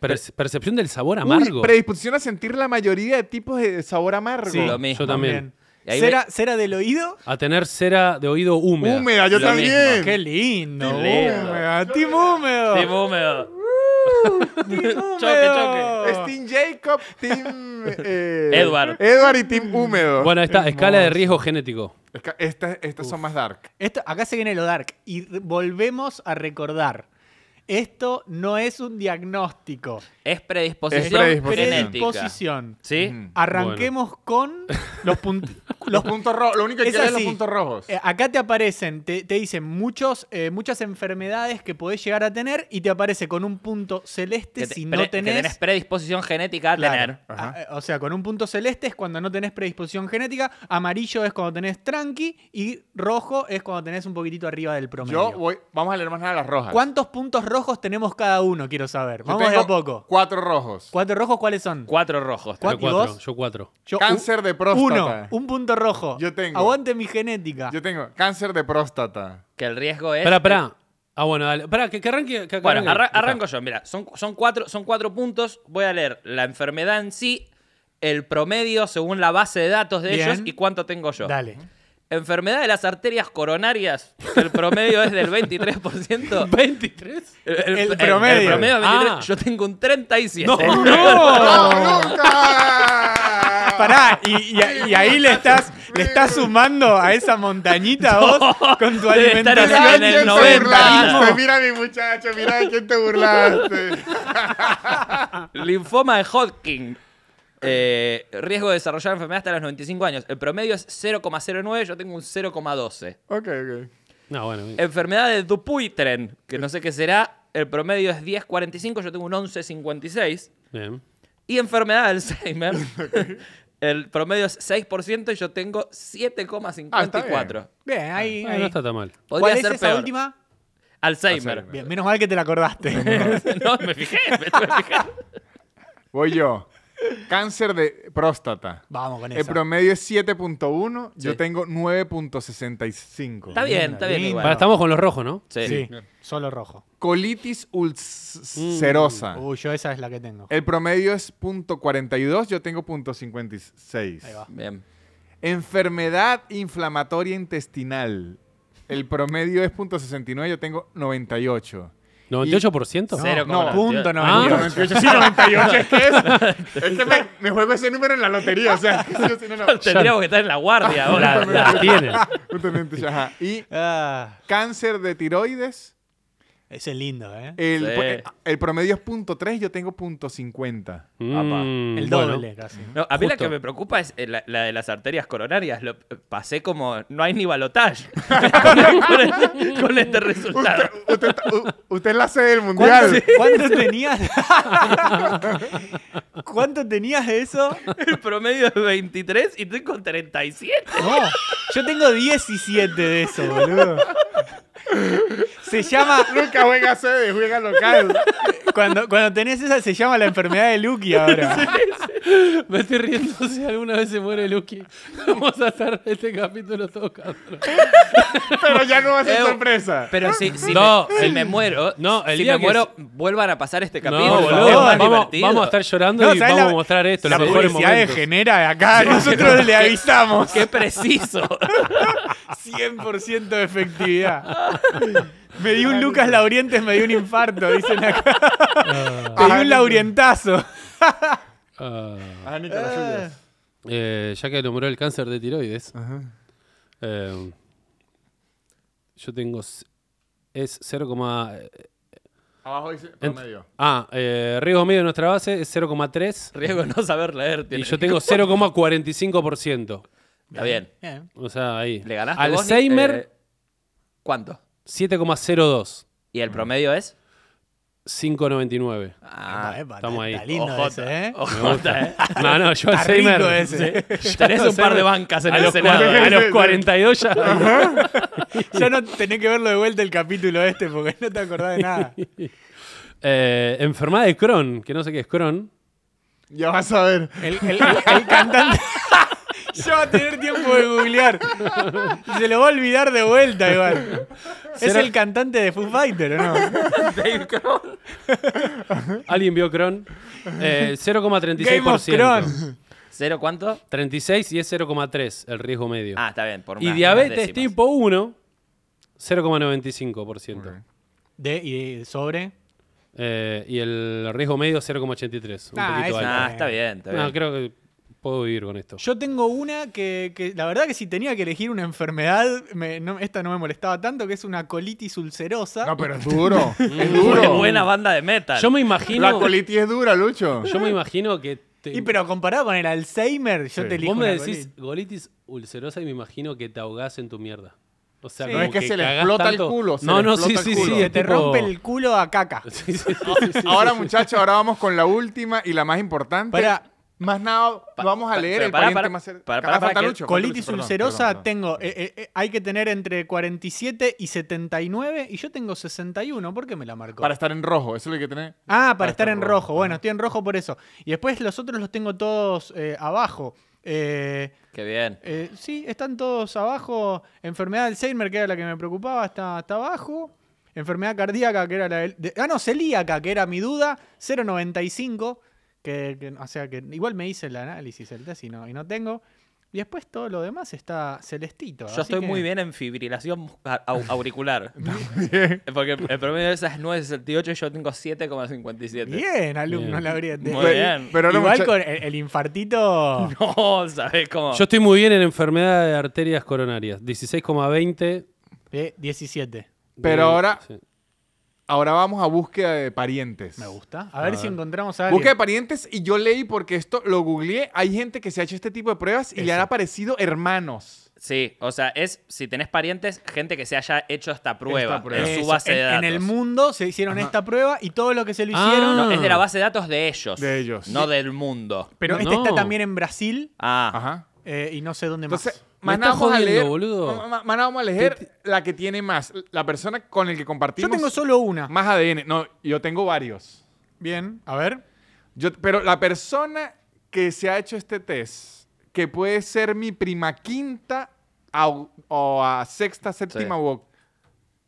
Perce- percepción del sabor uy, amargo. predisposición a sentir la mayoría de tipos de sabor amargo. Sí. Lo mismo. Yo también. Y ahí Cera, cera del oído. A tener cera de oído húmeda. Húmeda, yo Lo también. Qué lindo. Qué lindo. húmeda, Team húmedo. Team húmedo. Team húmedo. Choque, choque. Es Team Jacob, Team... eh, Edward. Edward y Team Húmedo. Mm. Bueno, ahí está. Escala de Hermoso. riesgo genético. Esca- Estas estas son más dark. Esto, acá se viene lo dark. Y re- volvemos a recordar. Esto no es un diagnóstico. Es predisposición, Es predisposición. genética. Predisposición. ¿Sí? Ujú. Arranquemos con los, punt- los Los puntos rojos. Lo único que Es queda es los así. puntos rojos. Eh, acá te aparecen, te, te dicen muchos, eh, muchas enfermedades que podés llegar a tener y te aparece con un punto celeste Que te- Este, si pre- no que tenés predisposición genética a Claro. tener. Ajá. Ah, eh, O sea, con un punto celeste es cuando no tenés predisposición genética, amarillo es cuando tenés tranqui y rojo es cuando tenés un poquitito arriba del promedio. Yo voy. Vamos a leer más nada las rojas. ¿Cuántos puntos rojos tenemos cada uno? Quiero saber. Yo Vamos de tengo a poco. Cuatro rojos. ¿Cuatro rojos cuáles son? Cuatro rojos. Cuatro. Yo cuatro. vos? Yo cuatro. Yo, cáncer un- de próstata. Uno, un punto rojo. Yo tengo. Aguante mi genética. Yo tengo cáncer de próstata. Que el riesgo es. Espera, espera. Ah, bueno, dale. Espera, que, que arranque. que Eh, Bueno, arranque. arra- arranco yo. Mira, son, son, cuatro, son cuatro puntos. Voy a leer la enfermedad en sí, el promedio según la base de datos de Bien. ellos y cuánto tengo yo. Dale. Enfermedad de las arterias coronarias. El promedio es del 23%. ¿23? El, El promedio. el promedio es 23. Ah. Yo tengo un 37. ¡No! ¡Nunca! Pará, y, y- y ahí le estás, le estás sumando a esa montañita vos con tu Debe estar en alimentación. el y tu 90, sedentarismo. mismo. Mira, mi muchacho, mira de quién te burlaste. Linfoma de Hodgkin. Eh, riesgo de desarrollar enfermedad hasta los 95 años. El promedio es 0,09, yo tengo un 0,12. ok, ok. No, bueno. bien. Enfermedad de Dupuytren, que no sé qué será. El promedio es 10,45, yo tengo un 11,56. Bien. Y enfermedad de Alzheimer. El promedio es 6% y yo tengo 7,54. Ah, está bien. Bien, ahí. Ah, ahí. no está tan mal. Podría ¿Cuál es ser esa peor. última? Alzheimer. Bien, menos mal que te la acordaste. no, me fijé, me tuve que fijar. Voy yo. Cáncer de próstata. Vamos con El eso. promedio es 7.1, yo Sí. tengo 9.65. Está bien, está bien. Linda. igual. Ahora estamos con los rojos, ¿no? Sí. Sí, solo rojo. Colitis Ah. ulcerosa. Mm. Uy, yo esa es la que tengo. El promedio es .42, yo tengo .56. Ahí va. Bien. Enfermedad inflamatoria intestinal. El promedio es .69, yo tengo 98. ¿98%? Sí. Cero no, coma Punto no. Ah, 98, 98. sí, 98 es que es. Es que me, me juego ese número en la lotería, o sea, que sí o sí, no, no. Tendríamos que estar en la guardia ahora. La tiene. Justamente, ajá. Y Ah, cáncer de tiroides, ese es lindo, ¿eh? el, Sí. eh, el promedio es .3, yo tengo .50. Mm, El bueno. doble casi. No, a mí la Justo. que me preocupa es eh, la, la de las arterias coronarias. Lo, eh, pasé como. No hay ni balotaje con, este, con este resultado. Usted, está- u- usted es la sede del mundial. ¿Cuánto, cuánto tenías? ¿Cuánto tenías de eso? El promedio es 23 y tengo 37. No, yo tengo 17 de eso, boludo. Se llama, Nunca juega sede, juega local. cuando, cuando tenés esa, se llama la enfermedad de Lucky ahora. Me estoy riendo si alguna vez se muere Lucky. Vamos a hacer este capítulo todo cabrón. Pero ya no va a ser Eh, sorpresa. Pero si, si, No, me, si me muero, no, el si día me que muero, vuelvan a pasar este capítulo. No, es boludo. más Vamos, divertido. vamos a estar llorando No, y ¿sabés vamos la- a mostrar esto. La los mejores publicidad momentos. degenera de acá, nosotros le avisamos. Qué preciso. 100% de efectividad. Me di un Lucas Laurientes, me dio un infarto, dicen acá. Me di un Laurientazo. Ah, Ah, Nico, las suyas. eh, ya que nombró el cáncer de tiroides, eh, yo tengo. s- Es 0, coma- Abajo dice promedio. ah, eh, riesgo medio de nuestra base es 0,3 Riego no saber leer. y tiene- yo tengo 0,45%. Está bien. Bien. O sea, ahí. ¿Le ganaste vos, Nick? Alzheimer, Eh, ¿Cuánto? 7,02. ¿Y el promedio es? 5,99. Ah, Epa, estamos Está ahí. lindo ojota, ese, ¿eh? ojota, ¿eh? No, no, yo Está rico Alzheimer. ese. Tenés un par de bancas en A el los, Senado. cua- a ¿eh? los 42 ya. Ya no tenés que verlo de vuelta el capítulo este porque no te acordás de nada. Eh, enfermedad de Crohn, que no sé qué es Crohn. Ya vas a ver. El, el- el cantante. Ya va a tener tiempo de googlear. Se lo va a olvidar de vuelta, igual. Es Será- el cantante de Foo Fighter, ¿o no? ¿eh? ¿Alguien vio Crohn? Eh, Game of 0,36%. Thrones. ¿Cero cuánto? 36 y es 0,3 el riesgo medio. Ah, está bien. Por y unas- unas diabetes décimas. tipo 1, 0,95%. De, y de- sobre. Eh, y el riesgo medio 0,83. Un Ah, poquito esa- Ah, alto. está bien, está bien. No, creo que puedo vivir con esto. Yo tengo una que, que la verdad que si tenía que elegir una enfermedad, me- no- esta no me molestaba tanto, que es una colitis ulcerosa. No, pero es duro. es Qué duro. buena banda de metal. Yo me La imagino. colitis es dura, Lucho. Yo me imagino que. te- Y pero comparado con el Alzheimer, yo Sí. te elijo Vos me una decís colitis. golitis ulcerosa y me imagino que te ahogás en tu mierda. O sea, Sí. como No, es que se le cagás explota el tanto- culo, se No, le no, sí, explota el sí, culo. sí. Se es te tipo- rompe el culo a caca. Sí, sí, sí, sí, sí. Ahora, muchachos, ahora vamos con la última y la más importante. Pará. Más nada, vamos a pa- leer pero el pará, pariente pará, más cerca. pará, pará, Ah, falta que Lucho, falta Colitis Lucho, perdón, ulcerosa perdón, perdón. tengo, eh, eh, eh, hay que tener entre 47 y 79 y yo tengo 61, ¿por qué me la marcó? Para estar en rojo, eso es lo que tiene. ah, para, estar, en rojo, bueno, estoy en rojo por eso. Y después los otros los tengo todos eh, abajo. Eh, Qué bien. eh, sí, están todos abajo. Enfermedad de Alzheimer, que era la que me preocupaba, está, está abajo. Enfermedad cardíaca, que era la del- de- ah, no, celíaca, que era mi duda, 0.95. Que, que- o sea, que igual me hice el análisis, el test y no, y no tengo. Y después todo lo demás está celestito. así Yo estoy que- muy bien en fibrilación musca- au- auricular. Porque el promedio de esas es 9,68 y yo tengo 7,57. Bien, alumno, Bien. la grieta. Muy Pero- bien. Pero ahora Igual mucha- con el, el infartito. No, ¿sabes cómo? Yo estoy muy bien en enfermedad de arterias coronarias. 16,20. de 17. de- Pero ahora- sí. Ahora vamos a búsqueda de parientes. Me gusta. A, ver, si encontramos a alguien. Búsqueda de parientes y yo leí porque esto lo googleé. Hay gente que se ha hecho este tipo de pruebas y le Eso. han aparecido hermanos. Sí, o sea, es si tenés parientes, gente que se haya hecho esta prueba, Esta prueba. en su Eso, base en, de datos. en el mundo se hicieron Ajá. esta prueba y todo lo que se lo Ah. hicieron. No, es de la base de datos de ellos. De ellos. No del mundo. Pero este No. está también en Brasil Ah, Ajá. eh, y no sé dónde Entonces, más. Me más está nada vamos a jodiendo, leer. boludo. ma- ma- más nada vamos a leer la que tiene más. La persona con el que Yo compartimos tengo solo una. más ADN. No, yo tengo varios. Bien, a ver. Yo, pero la persona que se ha hecho este test, que puede ser mi prima quinta a- o a sexta, séptima u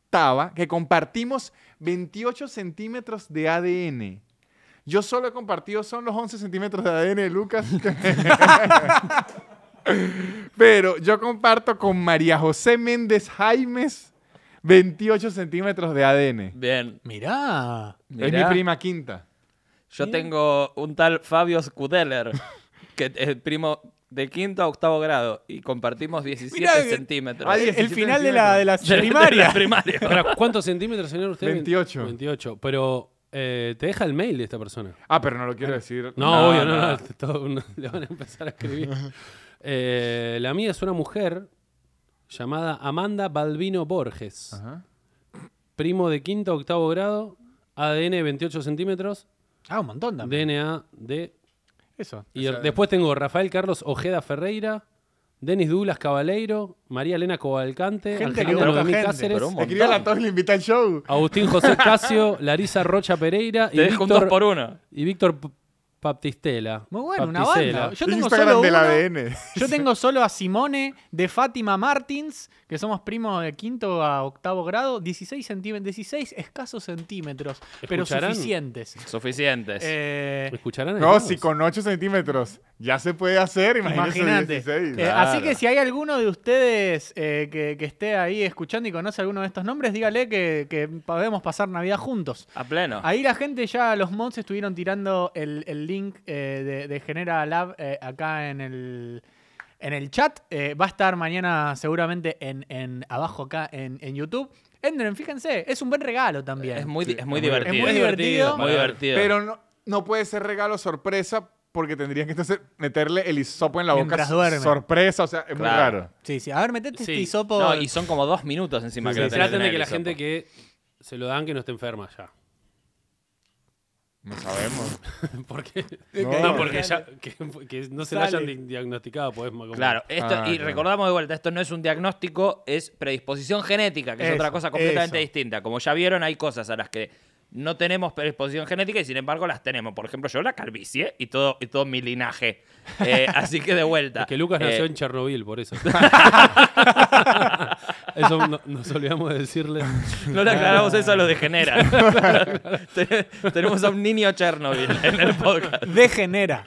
octava, que compartimos 28 centímetros de ADN. Yo solo he compartido son los 11 centímetros de ADN de Lucas. Pero yo comparto con María José Méndez Jaimes 28 centímetros de ADN. bien. Mirá. Es mi Mirá. prima quinta. Yo tengo un tal Fabio Scudeller, que es primo de quinto a octavo grado, y compartimos 17 Mirá que- centímetros. Ay, De- El 17 final de la, de la de la primaria. primaria. Ahora, ¿Cuántos centímetros, señor? Usted 28. 28. Pero eh, te deja el mail de esta persona. Ah, pero no lo quiero decir. No, No, obvio, no, no. no, todo un- le van a empezar a escribir. Eh, la mía es una mujer llamada Amanda Balbino Borges, Ajá. primo de quinto a octavo grado, ADN 28 centímetros, Ah, un montón también. DNA de... Eso. Y después tengo Rafael Carlos Ojeda Ferreira, Denis Douglas Cabaleiro, María Elena Cobalcante, Gente que Angelina busca Noemí gente, Cáceres, pero un montón. Escribe a todos y le invita al show. Agustín José Casio, Larisa Rocha Pereira y Te dejo un 2 Víctor, por uno. y Víctor P- Baptistela. Muy bueno, una Baptisela. banda. Yo tengo Instagram solo del una. ADN. Yo tengo solo a Simone de Fátima Martins, que somos primos de quinto a octavo grado, 16 centímetros, 16 escasos centímetros, pero ¿Escucharán? suficientes. Suficientes. Eh, ¿Escucharán? No, algunos? si con 8 centímetros ya se puede hacer, imagínate. Imagínate. Eh, 16. Así Claro. que si hay alguno de ustedes eh, que, que esté ahí escuchando y conoce alguno de estos nombres, dígale que, que podemos pasar Navidad juntos. a pleno. Ahí la gente ya, los mods estuvieron tirando el, el link eh, de, de Genera Lab eh, acá en el, en el chat. Eh, va a estar mañana seguramente en, en- abajo acá en, en YouTube. Entren, fíjense, es un buen regalo también. Es muy, di- Sí, es muy es muy- divertido. Es muy divertido. Muy divertido. Pero no, no puede ser regalo sorpresa porque tendrían que entonces meterle el hisopo en la boca. Mientras duerme. Sorpresa, o sea, es muy Claro. raro. Sí, sí, a ver, metete este Sí. hisopo. No, y son como dos minutos encima Sí, que lo tenés traten en de el que la hisopo. gente que se lo dan que no esté enferma ya. No sabemos. porque No. no, porque ya que, que no se lo Sale. hayan di- diagnosticado, pues como- Claro, esto, Ah, y claro. recordamos de vuelta, esto no es un diagnóstico, es predisposición genética, que es Eso, otra cosa completamente eso. distinta. Como ya vieron, hay cosas a las que no tenemos predisposición genética y sin embargo las tenemos. Por ejemplo, yo la calvicie y todo, y todo mi linaje. Eh, así que de vuelta. Es que Lucas Eh, nació en Chernobyl, por eso. eso no- nos olvidamos de decirle. No le aclaramos eso a los degeneran. Ten- tenemos a un niño Chernobyl en el podcast. Degenera.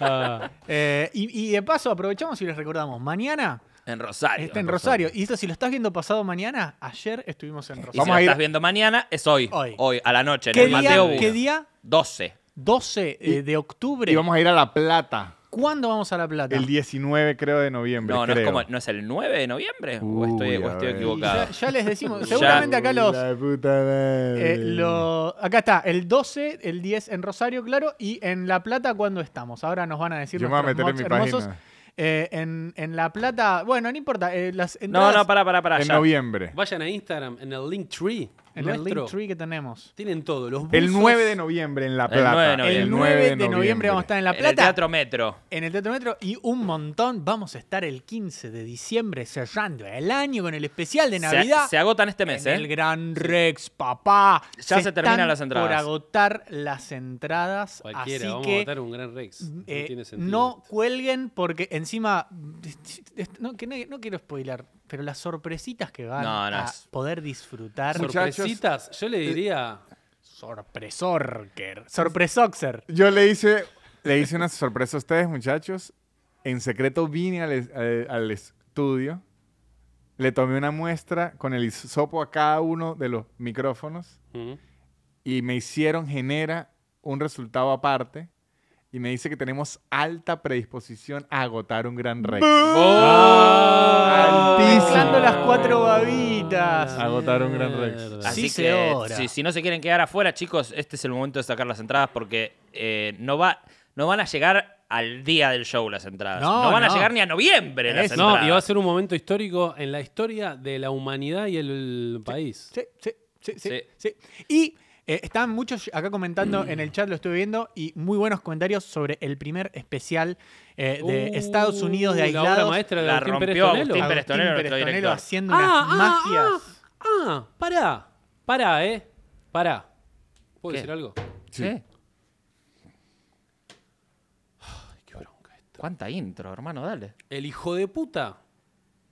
Ah, Eh, y, y de paso, aprovechamos y les recordamos, mañana En Rosario. está en Rosario. Y esto, si lo estás viendo pasado mañana, ayer estuvimos en Y Rosario. si Vamos lo a ir- estás viendo mañana, es hoy. Hoy, Hoy. a la noche, en ¿Qué el día, Mateo Buda. ¿Qué día? 12. 12 eh, de octubre. Y vamos a ir a La Plata ¿Cuándo vamos a La Plata? el 19, creo, de noviembre. No, no es, creo. como, ¿no es el 9 de noviembre? ¿O Uy, estoy, o estoy a ver. Y ya, equivocado? ya les decimos. Ya. Seguramente acá los. La puta madre. eh, lo- acá está, el 12, el 10 en Rosario, claro, y en La Plata, ¿cuándo estamos? Ahora nos van a decir Yo me voy a nuestros meter en mi mods hermosos. página. Eh, en, en La Plata, bueno, no importa. eh, las No, entradas no, pará, pará, pará. En ya. noviembre. vayan a Instagram, en el Linktree. en el nuestro, link tree que tenemos. Tienen todo. Los El buzos. 9 de noviembre en La El 9 de Plata. noviembre. El 9 de noviembre, vamos a estar en La En el Plata. Teatro Metro. en el Teatro Metro y un montón. Vamos a estar el 15 de diciembre cerrando el año con el especial de Se- Navidad. Se, agotan este mes, en ¿eh? el Gran Rex, papá. Ya se terminan están las entradas. Por agotar las entradas. Cualquiera, así vamos a que matar un gran Rex. No eh, tiene sentido. no cuelguen porque encima. No, que no, no quiero spoiler, pero las sorpresitas que van No, no, a es- poder disfrutar. Mucha- Sorpresitas, yo le diría. Sorpresorker. Sorpresoxer. Yo le hice, le hice una sorpresa a ustedes, muchachos. En secreto vine al, es- al- al estudio, le tomé una muestra con el hisopo a cada uno de los micrófonos Ujú. y me hicieron genera un resultado aparte y me dice que tenemos alta predisposición a agotar un gran rex. ¡Oh! Altísimo. Ah. Mezclando las cuatro Ah, babitas. Agotar un gran Rex. Mierda. Así Sí se que ora. si, si no se quieren quedar afuera, chicos, este es el momento de sacar las entradas porque eh, no, va, no van a llegar al día del show las entradas. No, No, van a no. llegar ni a noviembre las Eso. entradas. No, y va a ser un momento histórico en la historia de la humanidad y el país. Sí, sí, sí, sí, Sí. sí. Y eh, están muchos acá comentando en el chat, lo estuve viendo, y muy buenos comentarios sobre el primer especial eh, de Uh, Estados Unidos de la obra Aislados. maestra de La Agustín Pérez rompió Tonelo. Agustín Pérez Tonelo, nuestro Pérez Tonelo director. haciendo unas Ah, ah, magias. Ah, ah, pará. Pará, eh. Pará. ¿Puedo ¿Qué? decir algo? Sí. Ay, qué bronca esto. ¿Cuánta intro, hermano? Dale. El hijo de puta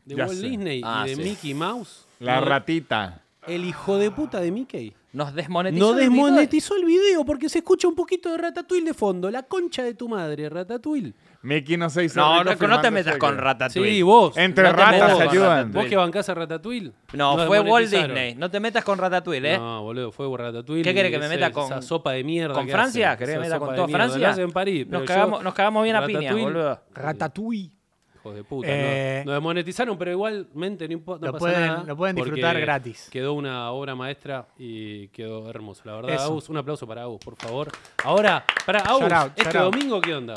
de Ya Walt sé. Disney Ah, y de sí. Mickey Mouse. La no- ratita. El hijo de puta de Mickey. Nos desmonetizó. No el video. desmonetizó el video porque se escucha un poquito de Ratatouille de fondo. La concha de tu madre, Ratatouille. Mickey no se hizo No, rico no, no te firmándose metas que- con Ratatouille. Sí, vos. Entre No te metas ratas se con ayudan. Ratatouille. Vos que bancás a Ratatouille. No, nos fue Walt desmonetizaron. Disney. No te metas con Ratatouille, ¿eh? No, boludo, fue Ratatouille. ¿Qué querés que me ese- meta con- Esa sopa de mierda. ¿Con que Francia? hacen, ¿Querés que esa me meta con sopa de toda mierda. Francia? La hacen en París. Nos pero yo- cagamos- nos cagamos bien a piña, Ratatouille- boludo. Ratatouille. Hijos de puta. Eh, no. Nos desmonetizaron, pero igualmente no importa. Lo no pasa pueden- nada, lo pueden porque disfrutar gratis. Quedó una obra maestra y quedó hermoso. La verdad, Eso. Agus, un aplauso para Agus, por favor. Ahora, para Agus, Shout out, ¿este shout out. domingo qué onda?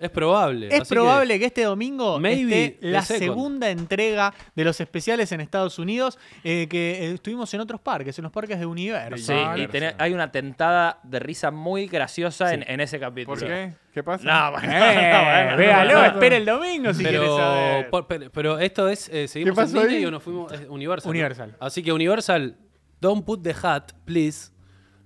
Es probable Es así que probable que, este domingo Maybe esté the la second. segunda entrega de los especiales en Estados Unidos eh, que eh, estuvimos en otros parques, en los parques de Universo. Sí, Ah, y gracias. tenés- hay una tentada de risa muy graciosa en, en ese capítulo. ¿Por qué? ¿Qué pasa? No, bueno, Eh, no, Véalo, véalo. espera el domingo si quieres Pero, saber. por- pero, pero esto es, eh, ¿seguimos ¿Qué en pasó Disney ahí? o nos fuimos? Es Universal. ¿no? Universal. Así que Universal, don't put the hat, please,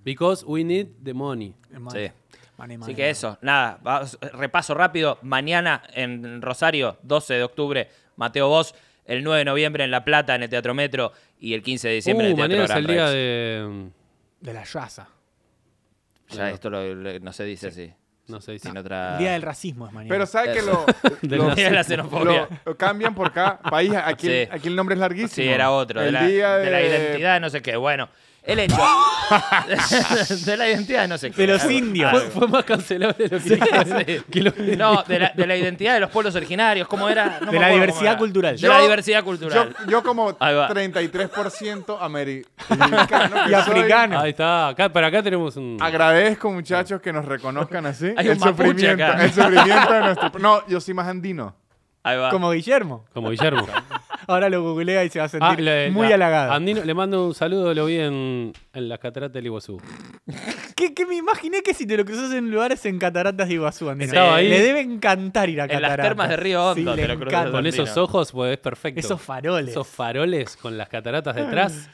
because we need the money. Sí. Money, money, Así que eso, nada, vas- repaso rápido. Mañana en Rosario, 12 de octubre, Mateo Vos. El 9 de noviembre en La Plata, en el Teatro Metro. Y el 15 de diciembre Uh, en el Teatro mañana es Gran el día Rex. de... mm, De la raza. Ya esto lo- lo- no se dice así. No sé, Sin sí. otra... El día del racismo es mañana. Pero sabe que lo, Del lo- El día de la xenofobia. lo- lo cambian por cada país. Aquí, el- Sí. aquí el nombre es larguísimo. Sí, era otro. De El la, día de la identidad, de no sé qué. Bueno, el hecho. de la identidad, de no sé qué. De los Algo- indios. algo. Fue más cancelable lo que, Sí. que lo que- No, de la, de la identidad de los pueblos originarios. ¿Cómo era? No me De la acuerdo diversidad cómo era. cultural. De la Yo- diversidad Yo, cultural. yo como Ahí va. 33% Ah, americano. que Y africano. Ahí está, acá, para acá tenemos un... soy, Agradezco, muchachos, que nos reconozcan así. Hay un el mapuche sufrimiento, acá. el sufrimiento de nuestro... No, yo soy más andino. Ahí va. Como Guillermo. Como Guillermo. Ahora lo googlea y se va a sentir Ah, le- muy la- halagado. Andino, le mando un saludo, lo vi en, en las cataratas del Iguazú. ¿Qué, qué me imaginé que si te lo cruzas en lugares en cataratas de Iguazú, Andino? Estaba ahí. Le debe encantar ir a En las cataratas. termas de Río Hondo Sí, te le lo cruzas. encanta. Con Andino. esos ojos, pues es perfecto. Esos faroles. Esos faroles con las cataratas detrás.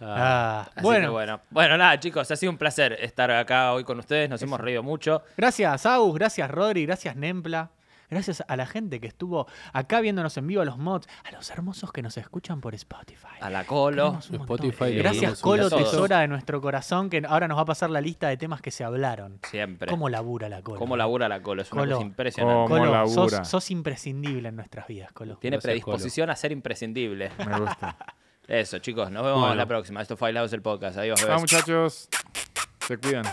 Ah. Ah, Así que bueno, bueno. Bueno, nada, chicos, ha sido un placer estar acá hoy con ustedes. Nos hemos reído mucho. gracias Agus, gracias Rodri, gracias Nempla. Gracias a la gente que estuvo acá viéndonos en vivo, a los mods, a los hermosos que nos escuchan por Spotify. A la Colo. Tenemos un montón. Spotify, le Gracias mandamos un Colo, beso a todos. tesora de nuestro corazón, que ahora nos va a pasar la lista de temas que se hablaron. Siempre. ¿Cómo labura la Colo? ¿Cómo labura la Colo? Es una Colo. cosa impresionante. Colo, ¿Cómo labura? Sos, sos imprescindible en nuestras vidas, Colo. Tiene Gracias, predisposición a ser imprescindible. Me gusta. Eso, chicos. Nos vemos Bueno. en la próxima. Esto fue House el podcast. Adiós, Chao, bebés. muchachos. Se cuidan.